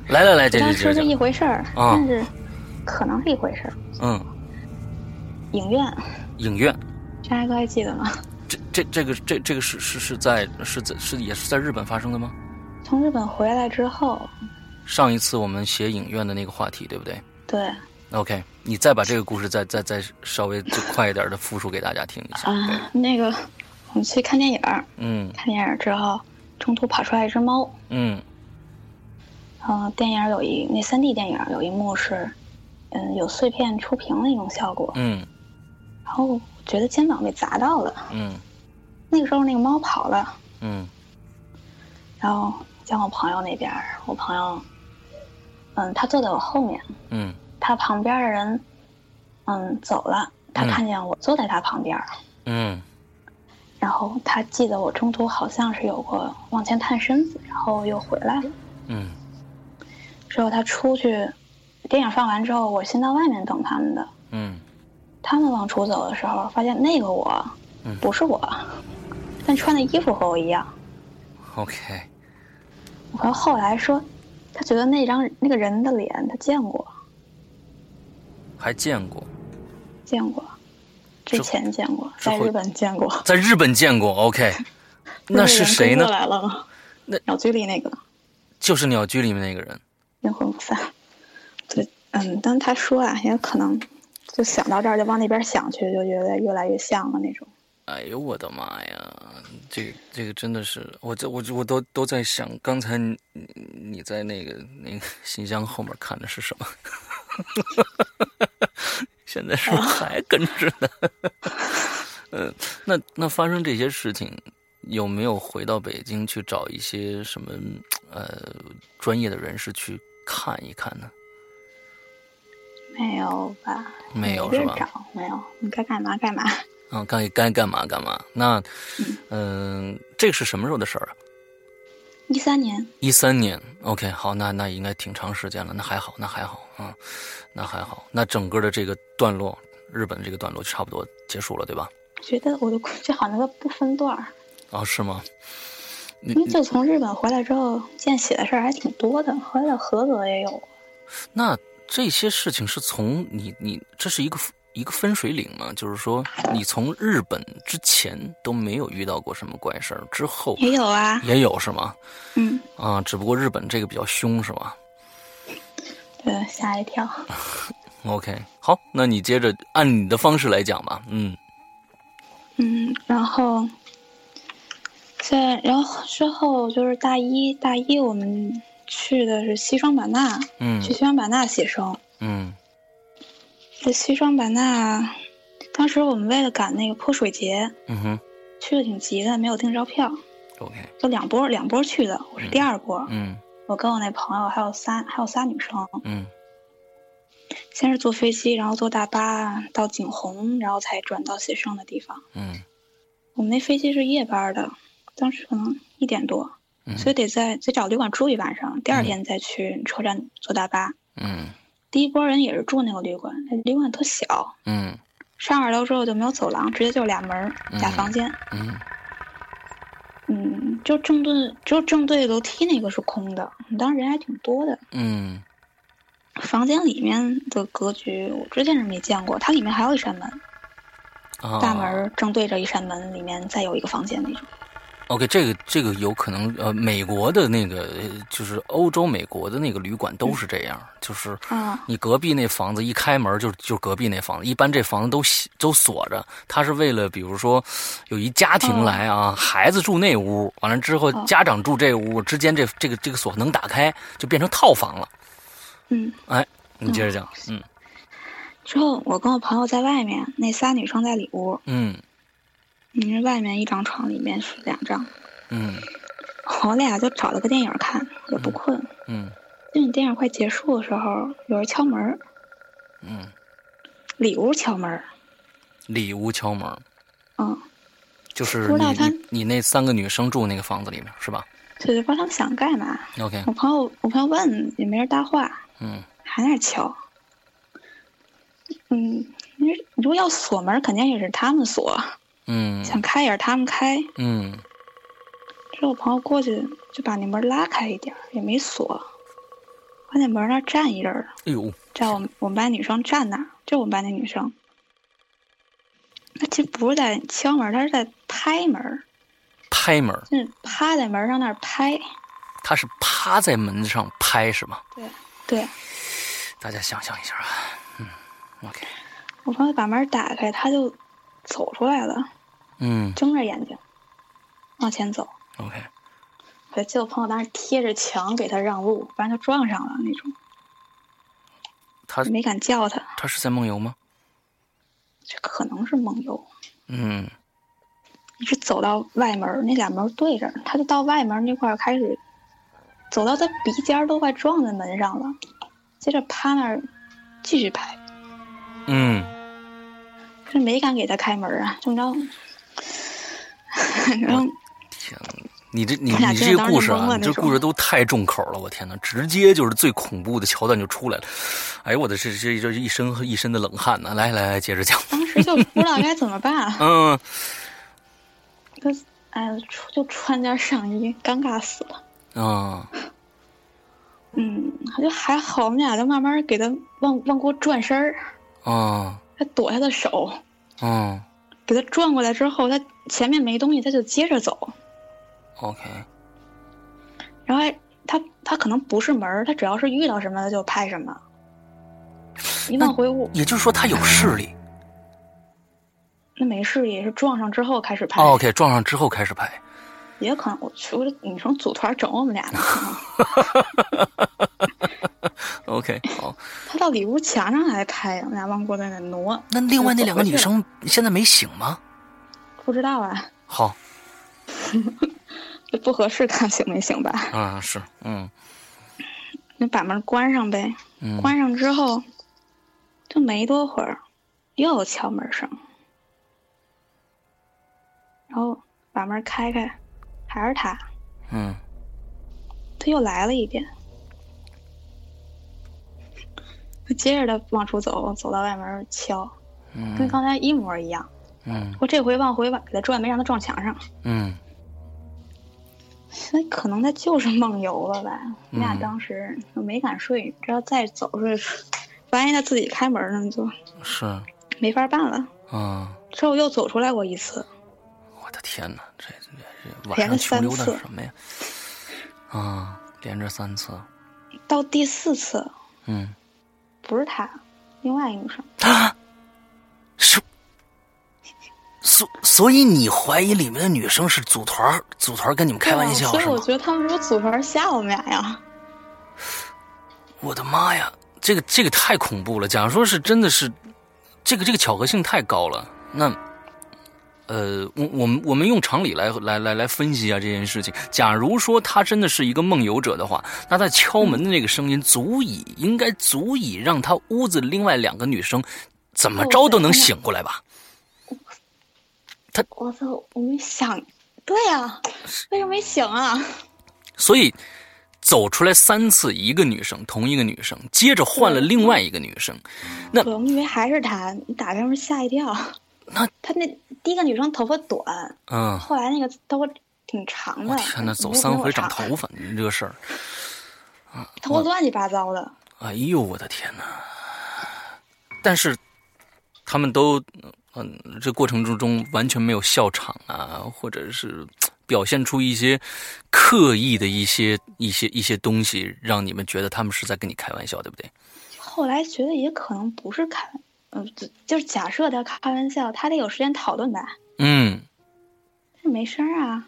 [SPEAKER 1] 来来 来，这
[SPEAKER 2] 当
[SPEAKER 1] 这
[SPEAKER 2] 时
[SPEAKER 1] 这
[SPEAKER 2] 是一
[SPEAKER 1] 这，
[SPEAKER 2] 回事儿，
[SPEAKER 1] 啊
[SPEAKER 2] 但是可能是一回事儿。
[SPEAKER 1] 嗯，
[SPEAKER 2] 影院，
[SPEAKER 1] 影院，
[SPEAKER 2] 张哥还记得吗？
[SPEAKER 1] 这这这个这这个是是是在是在是也是在日本发生的吗？
[SPEAKER 2] 从日本回来之后，
[SPEAKER 1] 上一次我们写影院的那个话题，对不对
[SPEAKER 2] 对啊、
[SPEAKER 1] ？OK，你再把这个故事再再再稍微就快一点的复述给大家听一下。对，
[SPEAKER 2] 啊那个我们去看电影儿，
[SPEAKER 1] 嗯
[SPEAKER 2] 看电影儿之后，中途跑出来一只猫。啊
[SPEAKER 1] 嗯
[SPEAKER 2] 嗯、电影儿有一那三 D 电影儿有一幕是嗯、有碎片触屏那种效果。
[SPEAKER 1] 嗯
[SPEAKER 2] 然后我觉得肩膀被砸到了，
[SPEAKER 1] 嗯
[SPEAKER 2] 那个时候那个猫跑了，
[SPEAKER 1] 嗯
[SPEAKER 2] 然后向我朋友那边儿，我朋友，嗯，他坐在我后面，
[SPEAKER 1] 嗯
[SPEAKER 2] 他旁边的人，嗯，走了，他
[SPEAKER 1] 嗯
[SPEAKER 2] 看见我坐在他旁边儿，
[SPEAKER 1] 嗯
[SPEAKER 2] 然后他记得我中途好像是有过往前探身子，然后又回来了。
[SPEAKER 1] 嗯
[SPEAKER 2] 之后他出去，电影放完之后，我先到外面等他们的。
[SPEAKER 1] 嗯
[SPEAKER 2] 他们往出走的时候，发现那个我
[SPEAKER 1] 嗯
[SPEAKER 2] 不是我，但穿的衣服和我一样。
[SPEAKER 1] ，OK，
[SPEAKER 2] 我朋友后来说，他觉得那张那个人的脸他见过，
[SPEAKER 1] 还见过，
[SPEAKER 2] 见过，之
[SPEAKER 1] 这
[SPEAKER 2] 前见过，
[SPEAKER 1] 这
[SPEAKER 2] 在
[SPEAKER 1] 会
[SPEAKER 2] 日本见过。
[SPEAKER 1] 在日本见过，OK，那是谁呢
[SPEAKER 2] 那个人跟过？来了吗？
[SPEAKER 1] 那
[SPEAKER 2] 鸟居里那个
[SPEAKER 1] 就是鸟居里面那个人。
[SPEAKER 2] 阴魂不散。对，嗯，但他说啊，也可能就想到这儿就往那边想去，就觉得越来越像了那种。
[SPEAKER 1] 哎呦我的妈呀！这个这个真的是，我这我这我都都在想，刚才你你在那个那个信箱后面看的是什么？ 现在是不是还跟着呢？ 嗯，那那发生这些事情，有没有回到北京去找一些什么呃专业的人士去看一看呢？
[SPEAKER 2] 没有吧？
[SPEAKER 1] 没有
[SPEAKER 2] 没
[SPEAKER 1] 是
[SPEAKER 2] 地
[SPEAKER 1] 吧
[SPEAKER 2] 儿？找没有，你该干嘛干嘛。
[SPEAKER 1] 啊，该该干嘛干嘛。那嗯、这个是什么时候的事儿啊？
[SPEAKER 2] 一三年，
[SPEAKER 1] 一三年，OK，好，那那应该挺长时间了，那还好，那还好啊、那还好，那整个的这个段落，日本这个段落就差不多结束了，对吧？
[SPEAKER 2] 我觉得我的故事好像都不分段儿，
[SPEAKER 1] 哦，是吗？
[SPEAKER 2] 因为就从日本回来之后，见血的事儿还挺多的，回来的合格也有。
[SPEAKER 1] 那这些事情是从你你这是一个一个分水岭吗？就是说，你从日本之前都没有遇到过什么怪事儿，之后
[SPEAKER 2] 也有啊，
[SPEAKER 1] 也有是吗？
[SPEAKER 2] 嗯，
[SPEAKER 1] 啊，只不过日本这个比较凶是吧
[SPEAKER 2] 对，吓一跳。
[SPEAKER 1] ？OK，好，那你接着按你的方式来讲吧，嗯
[SPEAKER 2] 嗯，然后，在然后之后就是大一，大一我们去的是西双版纳，
[SPEAKER 1] 嗯
[SPEAKER 2] 去西双版纳写生。
[SPEAKER 1] 嗯
[SPEAKER 2] 在西双版纳，当时我们为了赶那个泼水节，
[SPEAKER 1] 嗯哼
[SPEAKER 2] 去的挺急的，没有订着票，
[SPEAKER 1] ，OK，
[SPEAKER 2] 就两波两波去的，我是第二波。
[SPEAKER 1] 嗯。
[SPEAKER 2] 我跟我那朋友还有仨还有仨女生，
[SPEAKER 1] 嗯
[SPEAKER 2] 先是坐飞机，然后坐大巴到景洪，然后才转到写生的地方。
[SPEAKER 1] 嗯
[SPEAKER 2] 我们那飞机是夜班的，当时可能一点多，
[SPEAKER 1] 嗯
[SPEAKER 2] 所以得在得找旅馆住一晚上，第二天再去车站坐大巴。
[SPEAKER 1] 嗯
[SPEAKER 2] 第一波人也是住那个旅馆，那旅馆特小，
[SPEAKER 1] 嗯
[SPEAKER 2] 上二楼之后就没有走廊，直接就俩门儿
[SPEAKER 1] 嗯
[SPEAKER 2] 俩房间。
[SPEAKER 1] 嗯
[SPEAKER 2] 嗯，就正对只有正对楼梯那个是空的，当时人还挺多的。
[SPEAKER 1] 嗯
[SPEAKER 2] 房间里面的格局我之前是没见过，它里面还有一扇门，
[SPEAKER 1] 啊，
[SPEAKER 2] 大门儿正对着一扇门，里面再有一个房间那种。
[SPEAKER 1] OK，这个这个有可能呃，美国的那个呃就是欧洲、美国的那个旅馆都是这样，就是
[SPEAKER 2] 啊
[SPEAKER 1] 你隔壁那房子一开门就就隔壁那房子，一般这房子都喜都锁着，它是为了比如说有一家庭来啊，孩子住那屋，完了之后
[SPEAKER 2] 哦
[SPEAKER 1] 家长住这屋，之间这这个这个锁能打开，就变成套房了。
[SPEAKER 2] 嗯，
[SPEAKER 1] 哎，你接着讲，嗯
[SPEAKER 2] 之后我跟我朋友在外面，那仨女生在里屋，
[SPEAKER 1] 嗯
[SPEAKER 2] 你是外面一张床，里面是两张。
[SPEAKER 1] 嗯
[SPEAKER 2] 我俩就找了个电影看，也不困。
[SPEAKER 1] 嗯
[SPEAKER 2] 就你电影快结束的时候，有人敲门儿，
[SPEAKER 1] 嗯，
[SPEAKER 2] 里屋敲门儿，
[SPEAKER 1] 里屋敲门，
[SPEAKER 2] 嗯，
[SPEAKER 1] 就是
[SPEAKER 2] 不
[SPEAKER 1] 你
[SPEAKER 2] 知道他
[SPEAKER 1] 你你那三个女生住那个房子里面是吧
[SPEAKER 2] 就就不知道他们想干嘛。
[SPEAKER 1] ？OK，
[SPEAKER 2] 我朋友，我朋友问也没人搭话，
[SPEAKER 1] 嗯
[SPEAKER 2] 还在那儿敲。嗯，你你说要锁门儿，肯定也是他们锁，
[SPEAKER 1] 嗯
[SPEAKER 2] 想开也是他们开。
[SPEAKER 1] 嗯
[SPEAKER 2] 之后我朋友过去就把那门拉开一点儿，也没锁，关键门那儿站一人儿，
[SPEAKER 1] 哎呦，
[SPEAKER 2] 站我们我们班女生站那儿，就我们班那女生。她其实不是在敲门，她是在拍门，
[SPEAKER 1] 拍门，
[SPEAKER 2] 就是趴在门上那儿拍。
[SPEAKER 1] 她是趴在门上拍是吧？
[SPEAKER 2] 对对，
[SPEAKER 1] 大家想象一下啊，嗯，OK，
[SPEAKER 2] 我朋友把门打开，她就走出来了，
[SPEAKER 1] 嗯
[SPEAKER 2] 睁着眼睛往前走。
[SPEAKER 1] ，OK，
[SPEAKER 2] 我记得我朋友当时贴着墙给她让路，不然就撞上了那种。
[SPEAKER 1] 他
[SPEAKER 2] 没敢叫他，
[SPEAKER 1] 他是在梦游吗？
[SPEAKER 2] 这可能是梦游。
[SPEAKER 1] 嗯，
[SPEAKER 2] 一直走到外门儿，那俩门儿对着，他就到外门儿那块儿开始，走到他鼻尖儿都快撞在门上了，接着趴那儿继续拍，
[SPEAKER 1] 嗯，
[SPEAKER 2] 可是没敢给他开门儿啊，这么着， 然后
[SPEAKER 1] 天哪，你这你
[SPEAKER 2] 他俩
[SPEAKER 1] 你
[SPEAKER 2] 真
[SPEAKER 1] 这
[SPEAKER 2] 的
[SPEAKER 1] 个
[SPEAKER 2] 当时
[SPEAKER 1] 故事
[SPEAKER 2] 懵
[SPEAKER 1] 啊，
[SPEAKER 2] 了
[SPEAKER 1] 你这
[SPEAKER 2] 那种
[SPEAKER 1] 故事都太重口了，我天哪，直接就是最恐怖的桥段就出来了。哎呦，我的这这这一身一身的冷汗呢、来来来，接着讲。，
[SPEAKER 2] 当时就不知道该怎么办啊
[SPEAKER 1] 嗯，
[SPEAKER 2] 就哎呀出就穿件上衣，尴尬死了。
[SPEAKER 1] 啊，
[SPEAKER 2] 嗯，就还好，我们俩就慢慢给他往往过转身儿，
[SPEAKER 1] 啊，
[SPEAKER 2] 他躲他的手，
[SPEAKER 1] 嗯
[SPEAKER 2] 给他转过来之后，他前面没东西，他就接着走。
[SPEAKER 1] ，OK，
[SPEAKER 2] 然后还他他可能不是门儿，他只要是遇到什么他就拍什么。一往回屋，
[SPEAKER 1] 也就是说他有视力。
[SPEAKER 2] 那没事也是撞上之后开始拍，
[SPEAKER 1] 哦 OK，撞上之后开始拍。
[SPEAKER 2] 也可能我去，我说你成组团整我们俩呢。
[SPEAKER 1] OK，好。
[SPEAKER 2] 他到里屋墙上还拍，我们俩往过在那挪，
[SPEAKER 1] 那另外那两个女生现在没醒吗？
[SPEAKER 2] 不知道啊，
[SPEAKER 1] 好，
[SPEAKER 2] 这不合适，看行没行吧？
[SPEAKER 1] 嗯，是，嗯
[SPEAKER 2] 那把门关上呗。
[SPEAKER 1] 嗯，
[SPEAKER 2] 关上之后，就没多会儿，又有敲门声，然后把门开开，还是他，
[SPEAKER 1] 嗯
[SPEAKER 2] 他又来了一遍。他接着他往出走，走到外门敲，
[SPEAKER 1] 嗯
[SPEAKER 2] 跟刚才一模一样。
[SPEAKER 1] 嗯
[SPEAKER 2] 我这回往回往给他转，没让他撞墙上。
[SPEAKER 1] 嗯
[SPEAKER 2] 那可能他就是梦游了吧？我俩
[SPEAKER 1] 嗯
[SPEAKER 2] 当时就没敢睡，只要再走睡，万一他自己开门呢，就，
[SPEAKER 1] 是，
[SPEAKER 2] 没法办了。
[SPEAKER 1] 嗯，
[SPEAKER 2] 之后又走出来过一次，
[SPEAKER 1] 我的天哪，这这这晚
[SPEAKER 2] 连
[SPEAKER 1] 上
[SPEAKER 2] 着
[SPEAKER 1] 穷
[SPEAKER 2] 三
[SPEAKER 1] 溜达
[SPEAKER 2] 次
[SPEAKER 1] 什么呀？啊，连着三次，
[SPEAKER 2] 到第四次
[SPEAKER 1] 嗯，
[SPEAKER 2] 不是他，另外一个女生，
[SPEAKER 1] 啊，是，所所以你怀疑里面的女生是组团儿组团儿跟你们开玩笑
[SPEAKER 2] 对啊所以
[SPEAKER 1] 是
[SPEAKER 2] 我
[SPEAKER 1] 吗？
[SPEAKER 2] 觉得他们是不是组团吓我们俩呀？
[SPEAKER 1] 我的妈呀，这个这个太恐怖了！假如说是真的是，这个这个巧合性太高了。那，呃，我我们我们用常理来来来来分析一下这件事情。假如说他真的是一个梦游者的话，那他敲门的那个声音足以、应该足以让他屋子另外两个女生怎么着都能醒过来吧？
[SPEAKER 2] 我操，我没想，对呀、为什么没醒啊？
[SPEAKER 1] 所以走出来三次，一个女生，同一个女生，接着换了另外一个女生。
[SPEAKER 2] 对我们以为还是他，你打开门吓一跳。
[SPEAKER 1] 那
[SPEAKER 2] 他那第一个女生头发短，
[SPEAKER 1] 嗯，
[SPEAKER 2] 后来那个头发挺长
[SPEAKER 1] 我
[SPEAKER 2] 的，
[SPEAKER 1] 天哪，
[SPEAKER 2] 哎没有
[SPEAKER 1] 走三回长。
[SPEAKER 2] 没有
[SPEAKER 1] 头发，你这个事儿。
[SPEAKER 2] 长头发乱七八糟的，
[SPEAKER 1] 哎呦，我的天哪！但是他们都，嗯，这过程之中完全没有笑场啊，或者是嘖表现出一些刻意的一些一些一些东西，让你们觉得他们是在跟你开玩笑，对不对？
[SPEAKER 2] 后来觉得也可能不是开，嗯，就就是假设他开玩笑，他得有时间讨论吧。
[SPEAKER 1] 嗯
[SPEAKER 2] 那没声儿啊，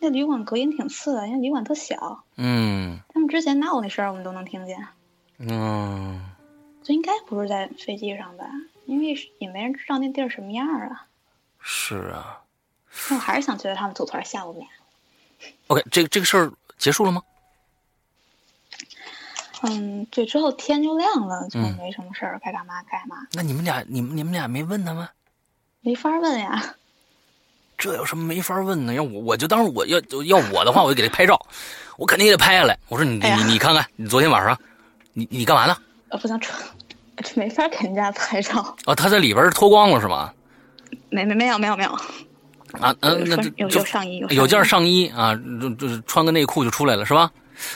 [SPEAKER 2] 那旅馆隔音挺次的，因为旅馆特小，
[SPEAKER 1] 嗯
[SPEAKER 2] 他们之前闹那声儿我们都能听见，
[SPEAKER 1] 嗯
[SPEAKER 2] 就应该不是在飞机上吧？因为也没人知道那地儿什么样儿啊。
[SPEAKER 1] 是啊。
[SPEAKER 2] 但我还是想觉得他们组团吓唬我们俩。
[SPEAKER 1] OK，这个这个事儿结束了吗？
[SPEAKER 2] 嗯，对，之后天就亮了，就
[SPEAKER 1] 嗯
[SPEAKER 2] 没什么事儿，该干嘛干嘛，
[SPEAKER 1] 那你们俩，你们你们俩没问他吗？
[SPEAKER 2] 没法儿问呀。
[SPEAKER 1] 这有什么没法问呢？要我我就当时我要要我的话，我就给他拍照，我肯定给他拍下来。我说你、
[SPEAKER 2] 哎呀
[SPEAKER 1] 你你看看，你昨天晚上，你你干嘛呢？
[SPEAKER 2] 呃，不能穿，这没法儿给人家拍照。
[SPEAKER 1] 啊，他在里边脱光了是吗？
[SPEAKER 2] 没没没有没有没有，
[SPEAKER 1] 啊，嗯、那
[SPEAKER 2] 有
[SPEAKER 1] 就
[SPEAKER 2] 有
[SPEAKER 1] 就
[SPEAKER 2] 有上衣有
[SPEAKER 1] 有件
[SPEAKER 2] 上衣嗯
[SPEAKER 1] 上衣啊，就就是穿个内裤就出来了是吧？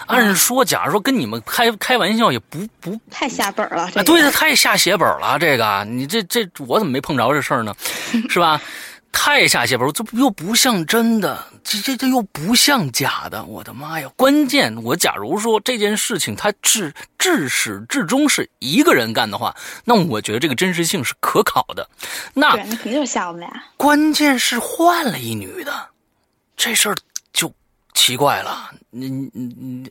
[SPEAKER 1] 按说，假如说跟你们开开玩笑，也不不
[SPEAKER 2] 太下本儿了。这
[SPEAKER 1] 啊，
[SPEAKER 2] 个、
[SPEAKER 1] 对，他太下血本了，这个你这这我怎么没碰着这事儿呢？是吧？太下血本了，这不又不像真的，这这这又不像假的，我的妈呀！关键我假如说这件事情它至至始至终是一个人干的话，那我觉得这个真实性是可考的。那
[SPEAKER 2] 对，那肯定就是吓我们俩。
[SPEAKER 1] 关键是换了一女的，这事儿就奇怪了，你你你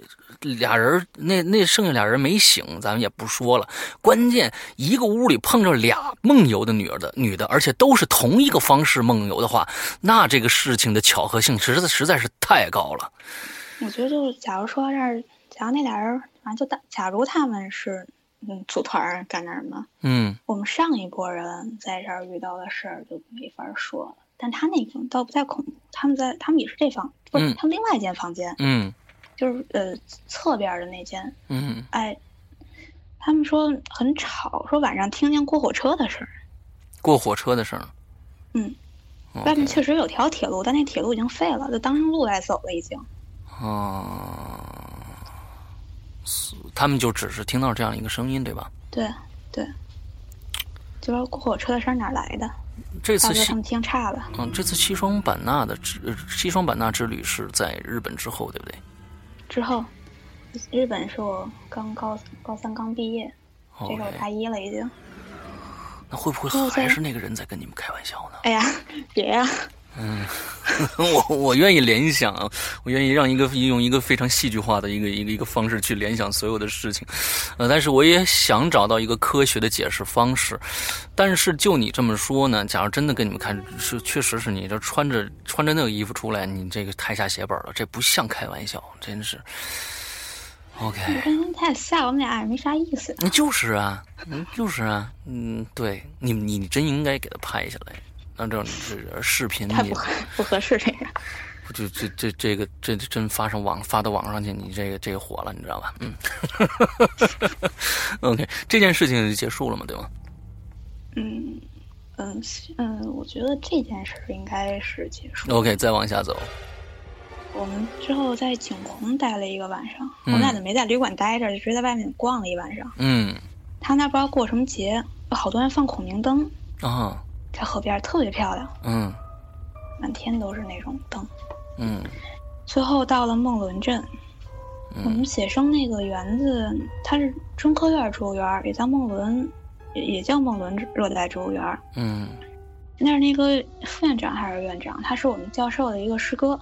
[SPEAKER 1] 俩人那那剩下俩人没醒，咱们也不说了。关键一个屋里碰着俩梦游的女儿的女的，而且都是同一个方式梦游的话，那这个事情的巧合性实在实在是太高了。
[SPEAKER 2] 我觉得就是，假如说这儿，假如那俩人，反正就大，假如他们是嗯组团儿干点什么，
[SPEAKER 1] 嗯
[SPEAKER 2] 我们上一波人在这儿遇到的事儿就没法说了。但他那个倒不太恐怖，他们在他们也是这房，不是
[SPEAKER 1] 嗯
[SPEAKER 2] 他们另外一间房间，
[SPEAKER 1] 嗯
[SPEAKER 2] 就是呃侧边儿的那间，
[SPEAKER 1] 嗯，
[SPEAKER 2] 哎，他们说很吵，说晚上听见过火车的声儿。
[SPEAKER 1] 过火车的声儿。哦
[SPEAKER 2] 嗯
[SPEAKER 1] OK，
[SPEAKER 2] 外面确实有条铁路，但那铁路已经废了，就当成路来走了已经。
[SPEAKER 1] 啊，是他们就只是听到这样一个声音，对吧？
[SPEAKER 2] 对对，就说过火车的声儿哪儿来的？
[SPEAKER 1] 这次
[SPEAKER 2] 大哥
[SPEAKER 1] 西
[SPEAKER 2] 他们听岔了。
[SPEAKER 1] 嗯，这次西双版纳的之呃西双版纳之旅是在日本之后，对不对
[SPEAKER 2] 之后，日本是我刚高高三刚毕业，这个我嗯
[SPEAKER 1] ？OK，
[SPEAKER 2] 大一了已经。
[SPEAKER 1] 哦哎那会不
[SPEAKER 2] 那
[SPEAKER 1] 会
[SPEAKER 2] 我
[SPEAKER 1] 还
[SPEAKER 2] 在
[SPEAKER 1] 是那个人在跟你们开玩笑呢？
[SPEAKER 2] 哎呀， 别呀、
[SPEAKER 1] 我我愿意联想，我愿意让一个用一个非常戏剧化的一个一个一个方式去联想所有的事情，呃，但是我也想找到一个科学的解释方式。但是就你这么说呢，假如真的跟你们看，是确实是你这穿着穿着那个衣服出来，你这个太下血本了，这不像开玩笑，真是。OK，
[SPEAKER 2] 刚刚太吓我们俩也没啥意思。
[SPEAKER 1] 那就是啊，嗯，就是啊，嗯，对你，你你真应该给他拍下来，按照你这呃视频
[SPEAKER 2] 太
[SPEAKER 1] 也
[SPEAKER 2] 不合 不合适这个，
[SPEAKER 1] 这这这这个这这真发上网发到网上去，你这个这个火了，你知道吧？嗯 ，OK，这件事情就结束了嘛，对吗？
[SPEAKER 2] 嗯嗯嗯，我觉得这件事儿应该是结束。
[SPEAKER 1] ？OK，再往下走，
[SPEAKER 2] 我们之后在景洪待了一个晚上，
[SPEAKER 1] 嗯
[SPEAKER 2] 我们俩就没在旅馆待着，就直接在外面逛了一晚上。
[SPEAKER 1] 嗯
[SPEAKER 2] 他那不知道过什么节，有好多人放孔明灯，
[SPEAKER 1] 啊，
[SPEAKER 2] 在河边儿特别漂亮，
[SPEAKER 1] 嗯
[SPEAKER 2] 满天都是那种灯。
[SPEAKER 1] 嗯
[SPEAKER 2] 最后到了梦伦镇，我
[SPEAKER 1] 嗯
[SPEAKER 2] 们写生那个园子，它是中科院植物园儿，也叫梦伦，也也叫梦伦热带植物园儿。
[SPEAKER 1] 嗯
[SPEAKER 2] 那儿那个副院长还是院长，他是我们教授的一个师哥，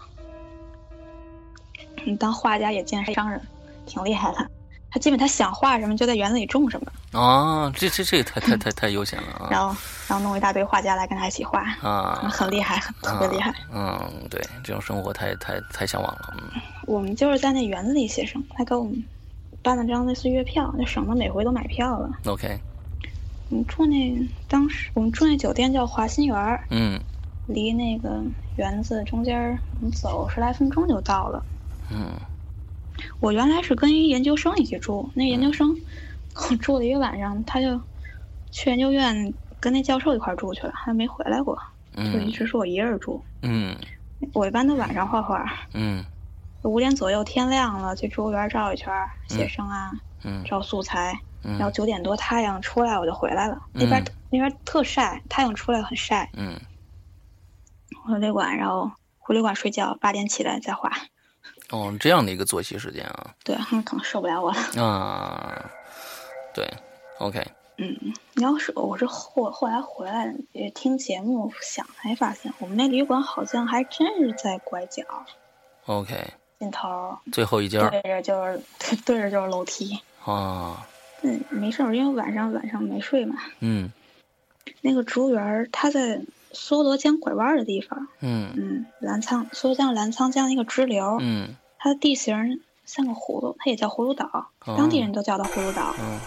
[SPEAKER 2] 嗯当画家也兼商人，挺厉害的。他基本他想画什么就在园子里种什么，
[SPEAKER 1] 啊，这这这太太太太悠闲了啊
[SPEAKER 2] 然后然后弄一大堆画家来跟他一起画，
[SPEAKER 1] 啊！
[SPEAKER 2] 很厉害，很特别厉害。
[SPEAKER 1] 啊，嗯，对，这种生活太太太向往了，嗯
[SPEAKER 2] 我们就是在那园子里写生，他给我们办了张类似月票，就省得每回都买票了。
[SPEAKER 1] 嗯，OK，
[SPEAKER 2] 我们住那当时我们住那酒店叫华新园儿，
[SPEAKER 1] 嗯
[SPEAKER 2] 离那个园子中间儿，我们走十来分钟就到了。
[SPEAKER 1] 嗯
[SPEAKER 2] 我原来是跟一研究生一起住，那研究生跟我住了一个晚上，他就去研究院跟那教授一块儿住去了，他没回来过，就
[SPEAKER 1] 嗯
[SPEAKER 2] 一直是我一人住。
[SPEAKER 1] 嗯
[SPEAKER 2] 我一般都晚上画画，
[SPEAKER 1] 嗯
[SPEAKER 2] 五点左右天亮了去植物园照一圈儿，写生啊，
[SPEAKER 1] 嗯
[SPEAKER 2] 照素材，然后
[SPEAKER 1] 嗯
[SPEAKER 2] 九点多太阳出来我就回来了，那边
[SPEAKER 1] 嗯
[SPEAKER 2] 那边特晒，太阳出来很晒，
[SPEAKER 1] 嗯，
[SPEAKER 2] 回旅馆，然后回旅馆睡觉，八点起来再画。
[SPEAKER 1] 哦，这样的一个作息时间啊，
[SPEAKER 2] 对，他们可能受不了我了。
[SPEAKER 1] 啊，对，OK，
[SPEAKER 2] 嗯，你要是我是后后来回来也听节目想才发现，我们那旅馆好像还真是在拐角
[SPEAKER 1] OK，
[SPEAKER 2] 尽头，
[SPEAKER 1] 最后一家儿
[SPEAKER 2] 对着就是对对着就是楼梯。
[SPEAKER 1] 啊，
[SPEAKER 2] 嗯，没事儿，因为晚上晚上没睡嘛。
[SPEAKER 1] 嗯
[SPEAKER 2] 那个植物园儿，它在梭罗江拐弯儿的地方，
[SPEAKER 1] 嗯
[SPEAKER 2] 嗯，澜沧梭罗江澜沧江的一个支流，
[SPEAKER 1] 嗯
[SPEAKER 2] 它的地形像个葫芦，它也叫葫芦岛，
[SPEAKER 1] 哦
[SPEAKER 2] 当地人都叫它葫芦岛。
[SPEAKER 1] 嗯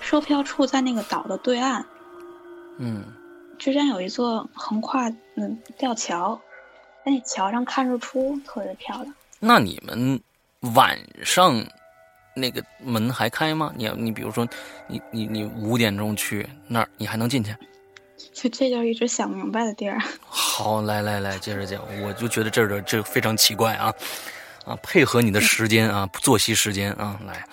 [SPEAKER 2] 售票处在那个岛的对岸，
[SPEAKER 1] 嗯，
[SPEAKER 2] 之前有一座横跨嗯吊桥，在那桥上看日出，特别漂亮。
[SPEAKER 1] 那你们晚上那个门还开吗？你你比如说，你你你五点钟去那儿，你还能进去？
[SPEAKER 2] 就这就是一直想不明白的地儿。
[SPEAKER 1] 好，来来来，接着讲，我就觉得这儿的这非常奇怪啊啊，配合你的时间啊，作息时间啊，来，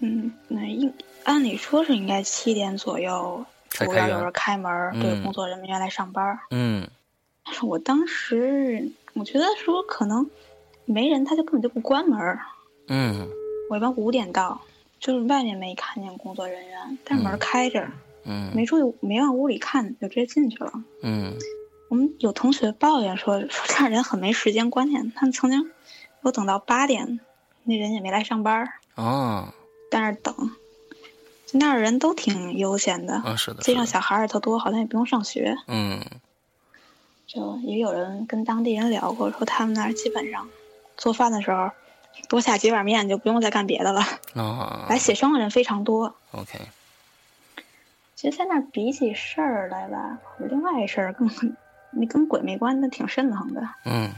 [SPEAKER 2] 嗯，那应按理说是应该七点左右，
[SPEAKER 1] 才
[SPEAKER 2] 植物
[SPEAKER 1] 开
[SPEAKER 2] 园
[SPEAKER 1] 园
[SPEAKER 2] 有人开门儿，对
[SPEAKER 1] 嗯
[SPEAKER 2] 工作人员来上班儿。
[SPEAKER 1] 嗯
[SPEAKER 2] 但是我当时我觉得说可能没人，他就根本就不关门儿。
[SPEAKER 1] 嗯
[SPEAKER 2] 我一般五点到，就是外面没看见工作人员，但是门儿
[SPEAKER 1] 嗯
[SPEAKER 2] 开着，
[SPEAKER 1] 嗯
[SPEAKER 2] 没注意没往屋里看，就直接进去了。
[SPEAKER 1] 嗯
[SPEAKER 2] 我们有同学抱怨说 说这样人很没时间观念，他们曾经有等到八点，那人也没来上班儿，
[SPEAKER 1] 啊
[SPEAKER 2] 在那儿等。就那儿人都挺悠闲的，
[SPEAKER 1] 啊，是的，是
[SPEAKER 2] 街上
[SPEAKER 1] 的，
[SPEAKER 2] 小孩儿也特多，好像也不用上学。
[SPEAKER 1] 嗯
[SPEAKER 2] 就也有人跟当地人聊过，说他们那儿基本上做饭的时候多下几碗面就不用再干别的了。
[SPEAKER 1] 啊
[SPEAKER 2] 来写生的人非常多。
[SPEAKER 1] 哦，OK，
[SPEAKER 2] 其实，在那儿比起事儿来吧，有另外一事儿更，那跟鬼没关，那挺瘆得慌的。
[SPEAKER 1] 嗯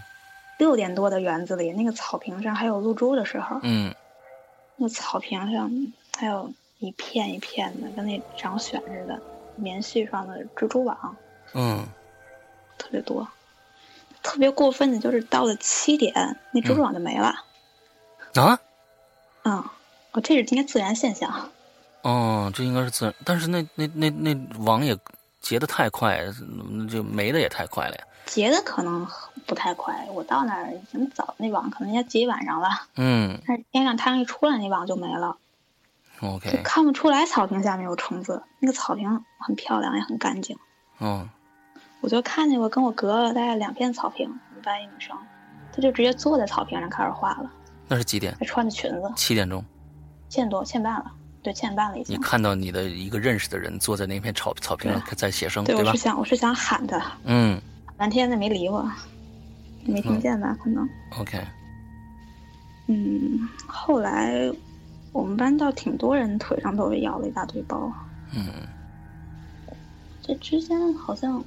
[SPEAKER 2] 六点多的园子里，那个草坪上还有露珠的时候，
[SPEAKER 1] 嗯
[SPEAKER 2] 那草坪上还有一片一片的，跟那长癣似的，棉絮上的蜘蛛网
[SPEAKER 1] 嗯
[SPEAKER 2] 特别多。特别过分的就是到了七点，那蜘蛛网就没了。
[SPEAKER 1] 啊，
[SPEAKER 2] 嗯，哦，这是应该自然现象。
[SPEAKER 1] 哦，这应该是自然，但是那那那那网也结得太快，嗯就没的也太快了呀。
[SPEAKER 2] 结的可能不太快，我到那儿已经早，那网可能要结一晚上了。
[SPEAKER 1] 嗯
[SPEAKER 2] 但是天上太阳一出来，那网就没了，就
[SPEAKER 1] ，OK，
[SPEAKER 2] 看不出来草坪下面有虫子。那个草坪很漂亮，也很干净。
[SPEAKER 1] 嗯
[SPEAKER 2] 我就看见过跟我隔了大概两片草坪，一班一女生，她就直接坐在草坪上开始画了，
[SPEAKER 1] 那是几点？
[SPEAKER 2] 还穿着裙子，
[SPEAKER 1] 七点钟，
[SPEAKER 2] 七点多，七点半了，对，七点半了已
[SPEAKER 1] 你
[SPEAKER 2] 经。
[SPEAKER 1] 看到你的一个认识的人坐在那片草草坪上在写生，
[SPEAKER 2] 对，我
[SPEAKER 1] 吧
[SPEAKER 2] 是？想，我是想喊她，
[SPEAKER 1] 嗯
[SPEAKER 2] 半天她没理我，没听见吧？可能，
[SPEAKER 1] ，OK，
[SPEAKER 2] 嗯，后来我们班倒挺多人腿上都被咬了一大堆包，
[SPEAKER 1] 嗯
[SPEAKER 2] 这之间好像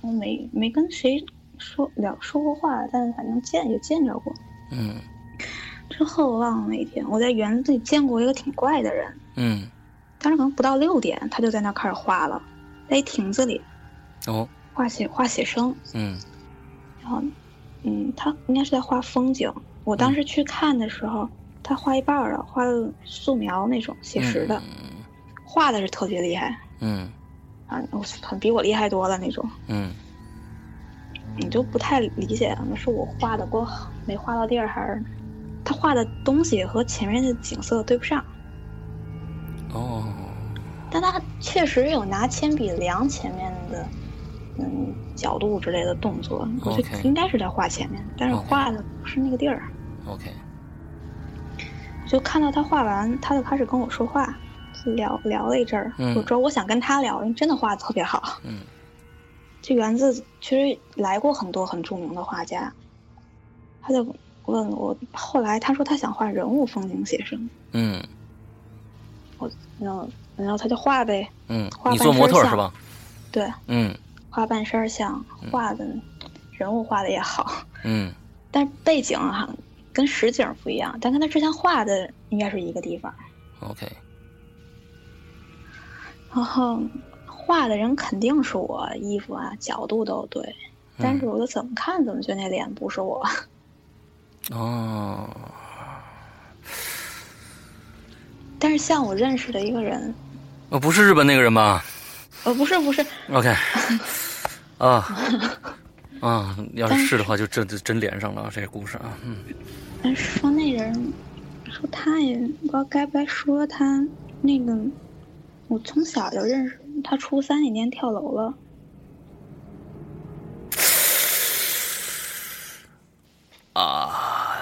[SPEAKER 2] 我没没跟谁说聊说过话，但是反正见也见着过。
[SPEAKER 1] 嗯
[SPEAKER 2] 之后忘了那天，我在园子里见过一个挺怪的人，
[SPEAKER 1] 嗯，
[SPEAKER 2] 当时可能不到六点，他就在那儿开始画了，在一亭子里
[SPEAKER 1] 哦，
[SPEAKER 2] 画写画写生，
[SPEAKER 1] 嗯
[SPEAKER 2] 然后，嗯，他应该是在画风景。我当时去看的时候，他画一半儿了，画的素描那种写实的，
[SPEAKER 1] 嗯
[SPEAKER 2] 画的是特别厉害
[SPEAKER 1] 嗯
[SPEAKER 2] 啊，我很比我厉害多了那种。
[SPEAKER 1] 嗯
[SPEAKER 2] 你就不太理解，啊是我画的不好，没画到地儿，还是他画的东西和前面的景色对不上？
[SPEAKER 1] 嗯，哦，
[SPEAKER 2] 但他确实有拿铅笔量前面的，嗯，角度之类的动作，我觉
[SPEAKER 1] OK
[SPEAKER 2] 得应该是在画前面，但是
[SPEAKER 1] OK
[SPEAKER 2] 画的不是那个地儿。
[SPEAKER 1] OK，
[SPEAKER 2] 就看到他画完，他就开始跟我说话，就聊聊了一阵儿。
[SPEAKER 1] 嗯
[SPEAKER 2] 我说我想跟他聊，因为真的画的特别好。
[SPEAKER 1] 嗯
[SPEAKER 2] 这园子其实来过很多很著名的画家，他就问我，后来他说他想画人物风景写生，
[SPEAKER 1] 嗯
[SPEAKER 2] 然后然后他就画呗，
[SPEAKER 1] 嗯，
[SPEAKER 2] 花
[SPEAKER 1] 你
[SPEAKER 2] 瓣
[SPEAKER 1] 做模
[SPEAKER 2] 身
[SPEAKER 1] 特儿
[SPEAKER 2] 像
[SPEAKER 1] 是吧？
[SPEAKER 2] 对，
[SPEAKER 1] 嗯
[SPEAKER 2] 画半身儿像，画的人物画的也好，
[SPEAKER 1] 嗯
[SPEAKER 2] 但是背景哈、跟实景不一样，但跟他之前画的应该是一个地方，
[SPEAKER 1] ，OK，
[SPEAKER 2] 然后画的人肯定是我，衣服啊角度都对，
[SPEAKER 1] 嗯
[SPEAKER 2] 但是我就怎么看怎么觉得那脸不是我。
[SPEAKER 1] 哦，
[SPEAKER 2] 但是像我认识的一个人，
[SPEAKER 1] 哦，不是日本那个人吧？
[SPEAKER 2] 呃，不是不是，
[SPEAKER 1] OK，啊啊，要是是的话，就真真真连上了啊这个故事啊，嗯
[SPEAKER 2] 但是呃说那人，说他也不知道该不该说他那个，我从小就认识他，初三那年跳楼了。
[SPEAKER 1] 啊，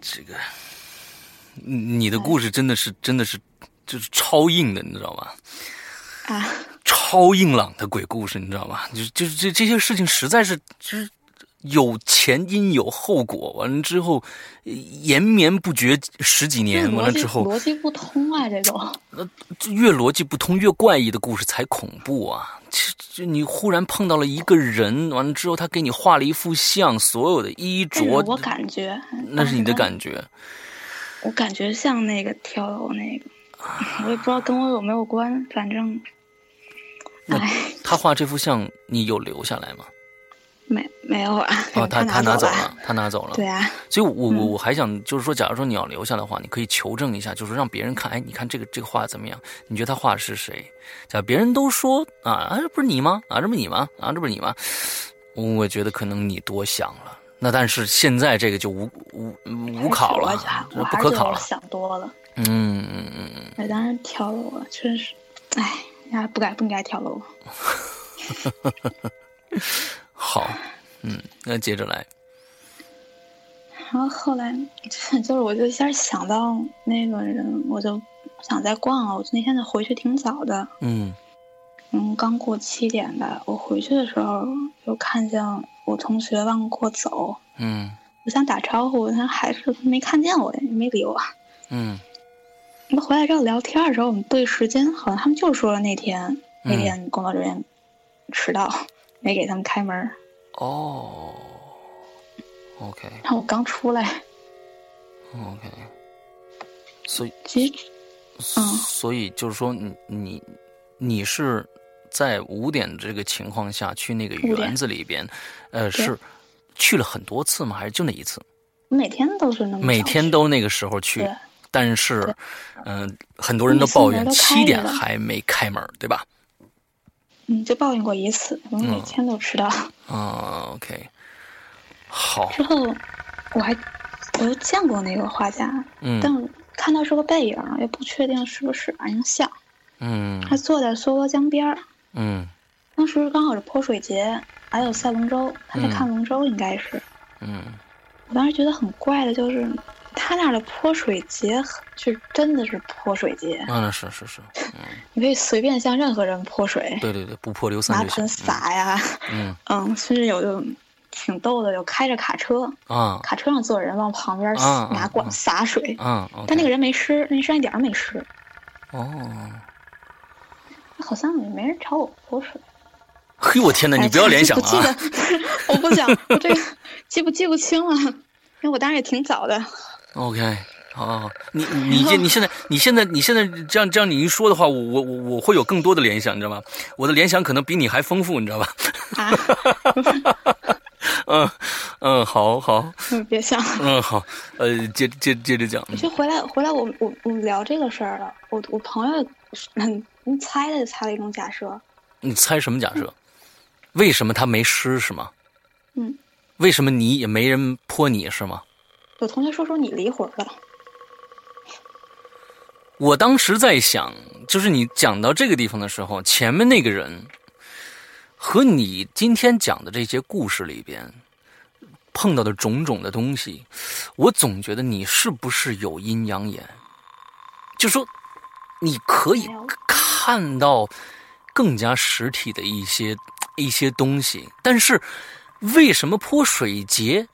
[SPEAKER 1] 这个你你的故事真的是真的是就是超硬的，你知道吧？
[SPEAKER 2] 啊，
[SPEAKER 1] 超硬朗的鬼故事，你知道吧？就就是这这些事情实在是就是有前因有后果，完了之后呃延绵不绝十几 年，完了
[SPEAKER 2] 逻辑
[SPEAKER 1] 之后
[SPEAKER 2] 逻辑不通啊，这种
[SPEAKER 1] 这越逻辑不通、越怪异的故事才恐怖啊！这这你忽然碰到了一个人，完了之后他给你画了一幅像，所有的衣
[SPEAKER 2] 但是
[SPEAKER 1] 着，
[SPEAKER 2] 我感觉嗯
[SPEAKER 1] 那是你的
[SPEAKER 2] 觉，
[SPEAKER 1] 感觉。
[SPEAKER 2] 我感觉像那个跳楼那个，
[SPEAKER 1] 啊
[SPEAKER 2] 我也不知道跟我有没有关，反正，
[SPEAKER 1] 那
[SPEAKER 2] 哎，
[SPEAKER 1] 他画这幅像，你有留下来吗？
[SPEAKER 2] 没没有啊，
[SPEAKER 1] 哦，他
[SPEAKER 2] 拿
[SPEAKER 1] 拿
[SPEAKER 2] 走
[SPEAKER 1] 走，了，他拿走了。
[SPEAKER 2] 对啊，
[SPEAKER 1] 所以我，我我还想就是说，假如说你要留下的话，你可以求证一下，就是让别人看，哎，你看这个这个画怎么样？你觉得他画的是谁？假如别人都说啊啊，这不是你吗？啊，这不是你吗？啊，这不是你吗？我觉得可能你多想了。那但是现在这个就无无嗯无考了
[SPEAKER 2] 我还，
[SPEAKER 1] 这
[SPEAKER 2] 我
[SPEAKER 1] 不
[SPEAKER 2] 还
[SPEAKER 1] 可
[SPEAKER 2] 是
[SPEAKER 1] 考了。
[SPEAKER 2] 想多了。
[SPEAKER 1] 嗯嗯嗯嗯，
[SPEAKER 2] 我当时跳楼啊了，真是，哎，呀，不该不应该跳楼。
[SPEAKER 1] 好，嗯，那接着来。
[SPEAKER 2] 然后后来 就是我就一下想到那个人，我就不想再逛啊了。我那天就回去挺早的，
[SPEAKER 1] 嗯
[SPEAKER 2] 嗯，刚过七点吧。我回去的时候就看见我同学往过走，
[SPEAKER 1] 嗯
[SPEAKER 2] 我想打招呼，他还是没看见我，也没理我。
[SPEAKER 1] 嗯
[SPEAKER 2] 我们回来之后聊天的时候，我们对时间，好像他们就说了那天
[SPEAKER 1] 嗯
[SPEAKER 2] 那天工作人员迟到，没给他们开门儿。
[SPEAKER 1] 哦，OK
[SPEAKER 2] 然后我刚出来，
[SPEAKER 1] OK，所以
[SPEAKER 2] 其实嗯
[SPEAKER 1] 所以就是说你你你是在五点这个情况下去那个
[SPEAKER 2] 5点
[SPEAKER 1] 园子里边，呃，
[SPEAKER 2] 对
[SPEAKER 1] 是去了很多次吗？还是就那一次？
[SPEAKER 2] 每天都是那么
[SPEAKER 1] 每
[SPEAKER 2] 早
[SPEAKER 1] 天
[SPEAKER 2] 去
[SPEAKER 1] 都那个时候去
[SPEAKER 2] 嗯对，
[SPEAKER 1] 但是，嗯、很多人都
[SPEAKER 2] 那些
[SPEAKER 1] 抱
[SPEAKER 2] 门
[SPEAKER 1] 怨
[SPEAKER 2] 都开
[SPEAKER 1] 七点
[SPEAKER 2] 着
[SPEAKER 1] 还没开门，对吧？
[SPEAKER 2] 嗯就抱怨过一次，我每
[SPEAKER 1] 嗯
[SPEAKER 2] 天都迟到。
[SPEAKER 1] 啊，OK，好，
[SPEAKER 2] 之后我还我又见过那个画家，
[SPEAKER 1] 嗯
[SPEAKER 2] 但我看到是个背影，也不确定是不是，反正像
[SPEAKER 1] 嗯
[SPEAKER 2] 他坐在梭罗江边儿。
[SPEAKER 1] 嗯
[SPEAKER 2] 当时刚好是泼水节，还有赛龙舟，他在
[SPEAKER 1] 嗯
[SPEAKER 2] 看龙舟，应该是。
[SPEAKER 1] 嗯
[SPEAKER 2] 我当时觉得很怪的就是，他那儿的泼水节是真的是泼水节，
[SPEAKER 1] 啊，是是是，嗯，
[SPEAKER 2] 你可以随便向任何人泼水，
[SPEAKER 1] 对对对，不破硫
[SPEAKER 2] 拿
[SPEAKER 1] 酸就行
[SPEAKER 2] 盆，洒呀，
[SPEAKER 1] 嗯
[SPEAKER 2] 嗯，甚至有就挺逗的，有开着卡车，
[SPEAKER 1] 嗯啊
[SPEAKER 2] 卡车上坐着人往旁边
[SPEAKER 1] 啊
[SPEAKER 2] 拿
[SPEAKER 1] 啊
[SPEAKER 2] 管洒水，
[SPEAKER 1] 啊，
[SPEAKER 2] 但那
[SPEAKER 1] 个
[SPEAKER 2] 个人没湿，那身上一点儿没湿，
[SPEAKER 1] 哦，
[SPEAKER 2] 好像也没人朝我泼水。
[SPEAKER 1] 嘿，我天哪，
[SPEAKER 2] 哎
[SPEAKER 1] 你不要联想
[SPEAKER 2] 我记
[SPEAKER 1] 啊，
[SPEAKER 2] 得，我不想，我这个记不记不清了，因为我当时也挺早的。
[SPEAKER 1] OK，好好好，你你这你现在你现在你现在这样这样你一说的话，我我我我会有更多的联想，你知道吗？我的联想可能比你还丰富，你知道吧？
[SPEAKER 2] 啊，
[SPEAKER 1] 嗯嗯，好好，
[SPEAKER 2] 嗯别笑。
[SPEAKER 1] 嗯好，呃，接接接着讲，
[SPEAKER 2] 就回来回来我，我我聊这个事儿了。我我朋友，嗯，猜的猜了一种假设，
[SPEAKER 1] 你猜什么假设？为什么他没湿是吗？
[SPEAKER 2] 嗯，
[SPEAKER 1] 为什么你也没人泼你是吗？
[SPEAKER 2] 有同学说说你离婚了，
[SPEAKER 1] 我当时在想，就是你讲到这个地方的时候，前面那个人和你今天讲的这些故事里边碰到的种种的东西，我总觉得你是不是有阴阳眼？就说你可以
[SPEAKER 2] 没有
[SPEAKER 1] 看到更加实体的一些一些东西，但是为什么泼水节，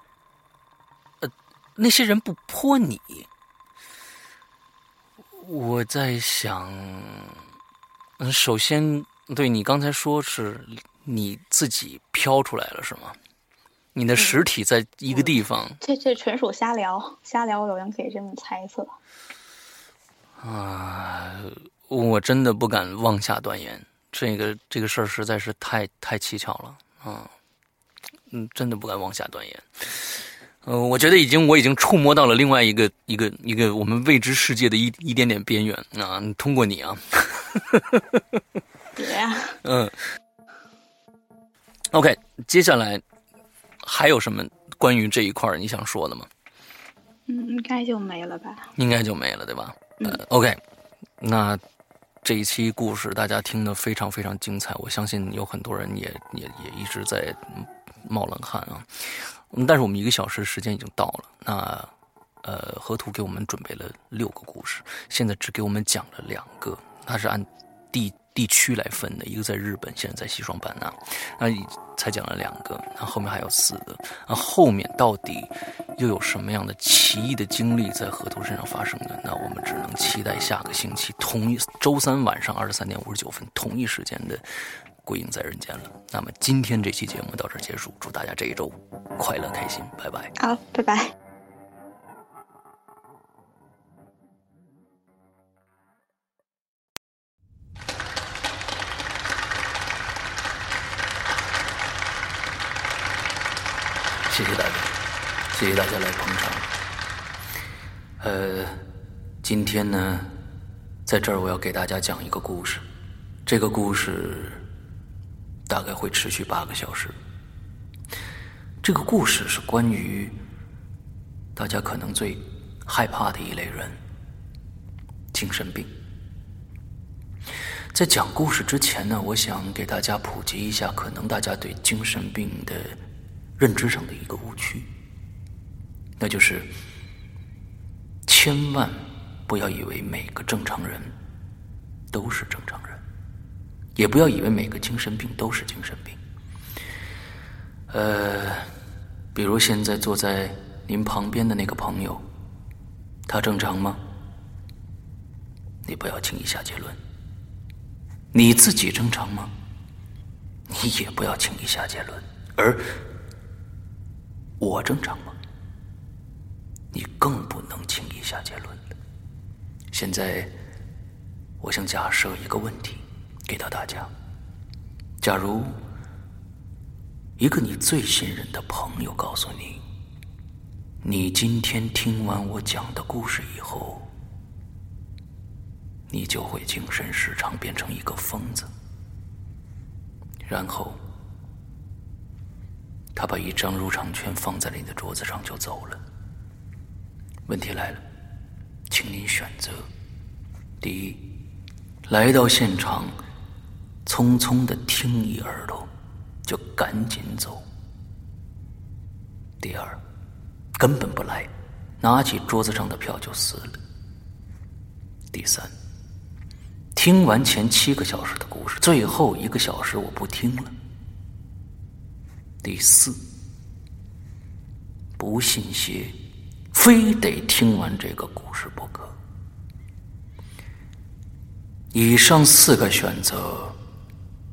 [SPEAKER 1] 呃，那些人不泼你？我在想，嗯，首先，对你刚才说是你自己飘出来了是吗？你的实体在一个地方，
[SPEAKER 2] 这这纯属瞎聊，瞎聊有人可以这么猜测。
[SPEAKER 1] 啊，我真的不敢妄下断言，这个这个事儿实在是太太蹊跷了啊，嗯，真的不敢妄下断言。嗯、我觉得已经我已经触摸到了另外一个一个一个我们未知世界的一一点点边缘啊！通过你啊，
[SPEAKER 2] 别呀、
[SPEAKER 1] 嗯，OK，接下来还有什么关于这一块儿你想说的吗？
[SPEAKER 2] 嗯，应该就没了吧？
[SPEAKER 1] 应该就没了，对吧？呃，OK，那这一期故事大家听得非常非常精彩，我相信有很多人也也也一直在嗯冒冷汗啊。嗯但是我们一个小时时间已经到了，那呃，河图给我们准备了六个故事，现在只给我们讲了两个，它是按地地区来分的，一个在日本，现在在西双版纳，那已才讲了两个，那后面还有四个，那后面到底又有什么样的奇异的经历在河图身上发生呢？那我们只能期待下个星期同一周三晚上二十三点五十九分同一时间的《鬼影在人间》了。那么今天这期节目到这儿结束，祝大家这一周快乐开心，拜拜。
[SPEAKER 2] 好，拜拜。
[SPEAKER 1] 谢谢大家，谢谢大家来捧场。呃，今天呢，在这儿我要给大家讲一个故事，这个故事大概会持续八个小时。这个故事是关于大家可能最害怕的一类人——精神病。在讲故事之前呢，我想给大家普及一下，可能大家对精神病的认知上的一个误区，那就是千万不要以为每个正常人都是正常人，也不要以为每个精神病都是精神病。呃，比如现在坐在您旁边的那个朋友，他正常吗？你不要轻易下结论。你自己正常吗？你也不要轻易下结论。而我正常吗？你更不能轻易下结论。现在，我想假设一个问题给到大家：假如一个你最信任的朋友告诉你，你今天听完我讲的故事以后。你就会精神失常，变成一个疯子。然后，他把一张入场券放在了你的桌子上就走了。问题来了，请您选择：第一，来到现场，匆匆的听一耳朵，就赶紧走；第二，根本不来，拿起桌子上的票就撕了；第三。听完前七个小时的故事，最后一个小时我不听了。第四，不信邪，非得听完这个故事不可。以上四个选择，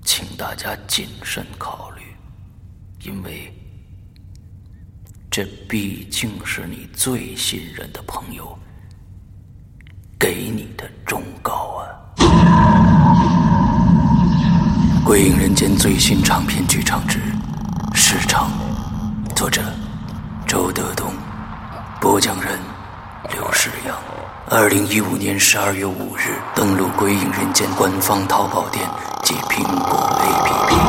[SPEAKER 1] 请大家谨慎考虑，因为这毕竟是你最信任的朋友给你的忠告啊。《鬼影人间》最新长篇剧场之《市场》，作者周德东，播讲人刘世阳。二零一五年十二月五日登录《鬼影人间》官方淘宝店及苹果 APP。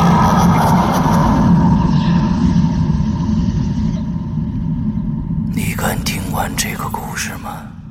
[SPEAKER 1] 你敢听完这个故事吗？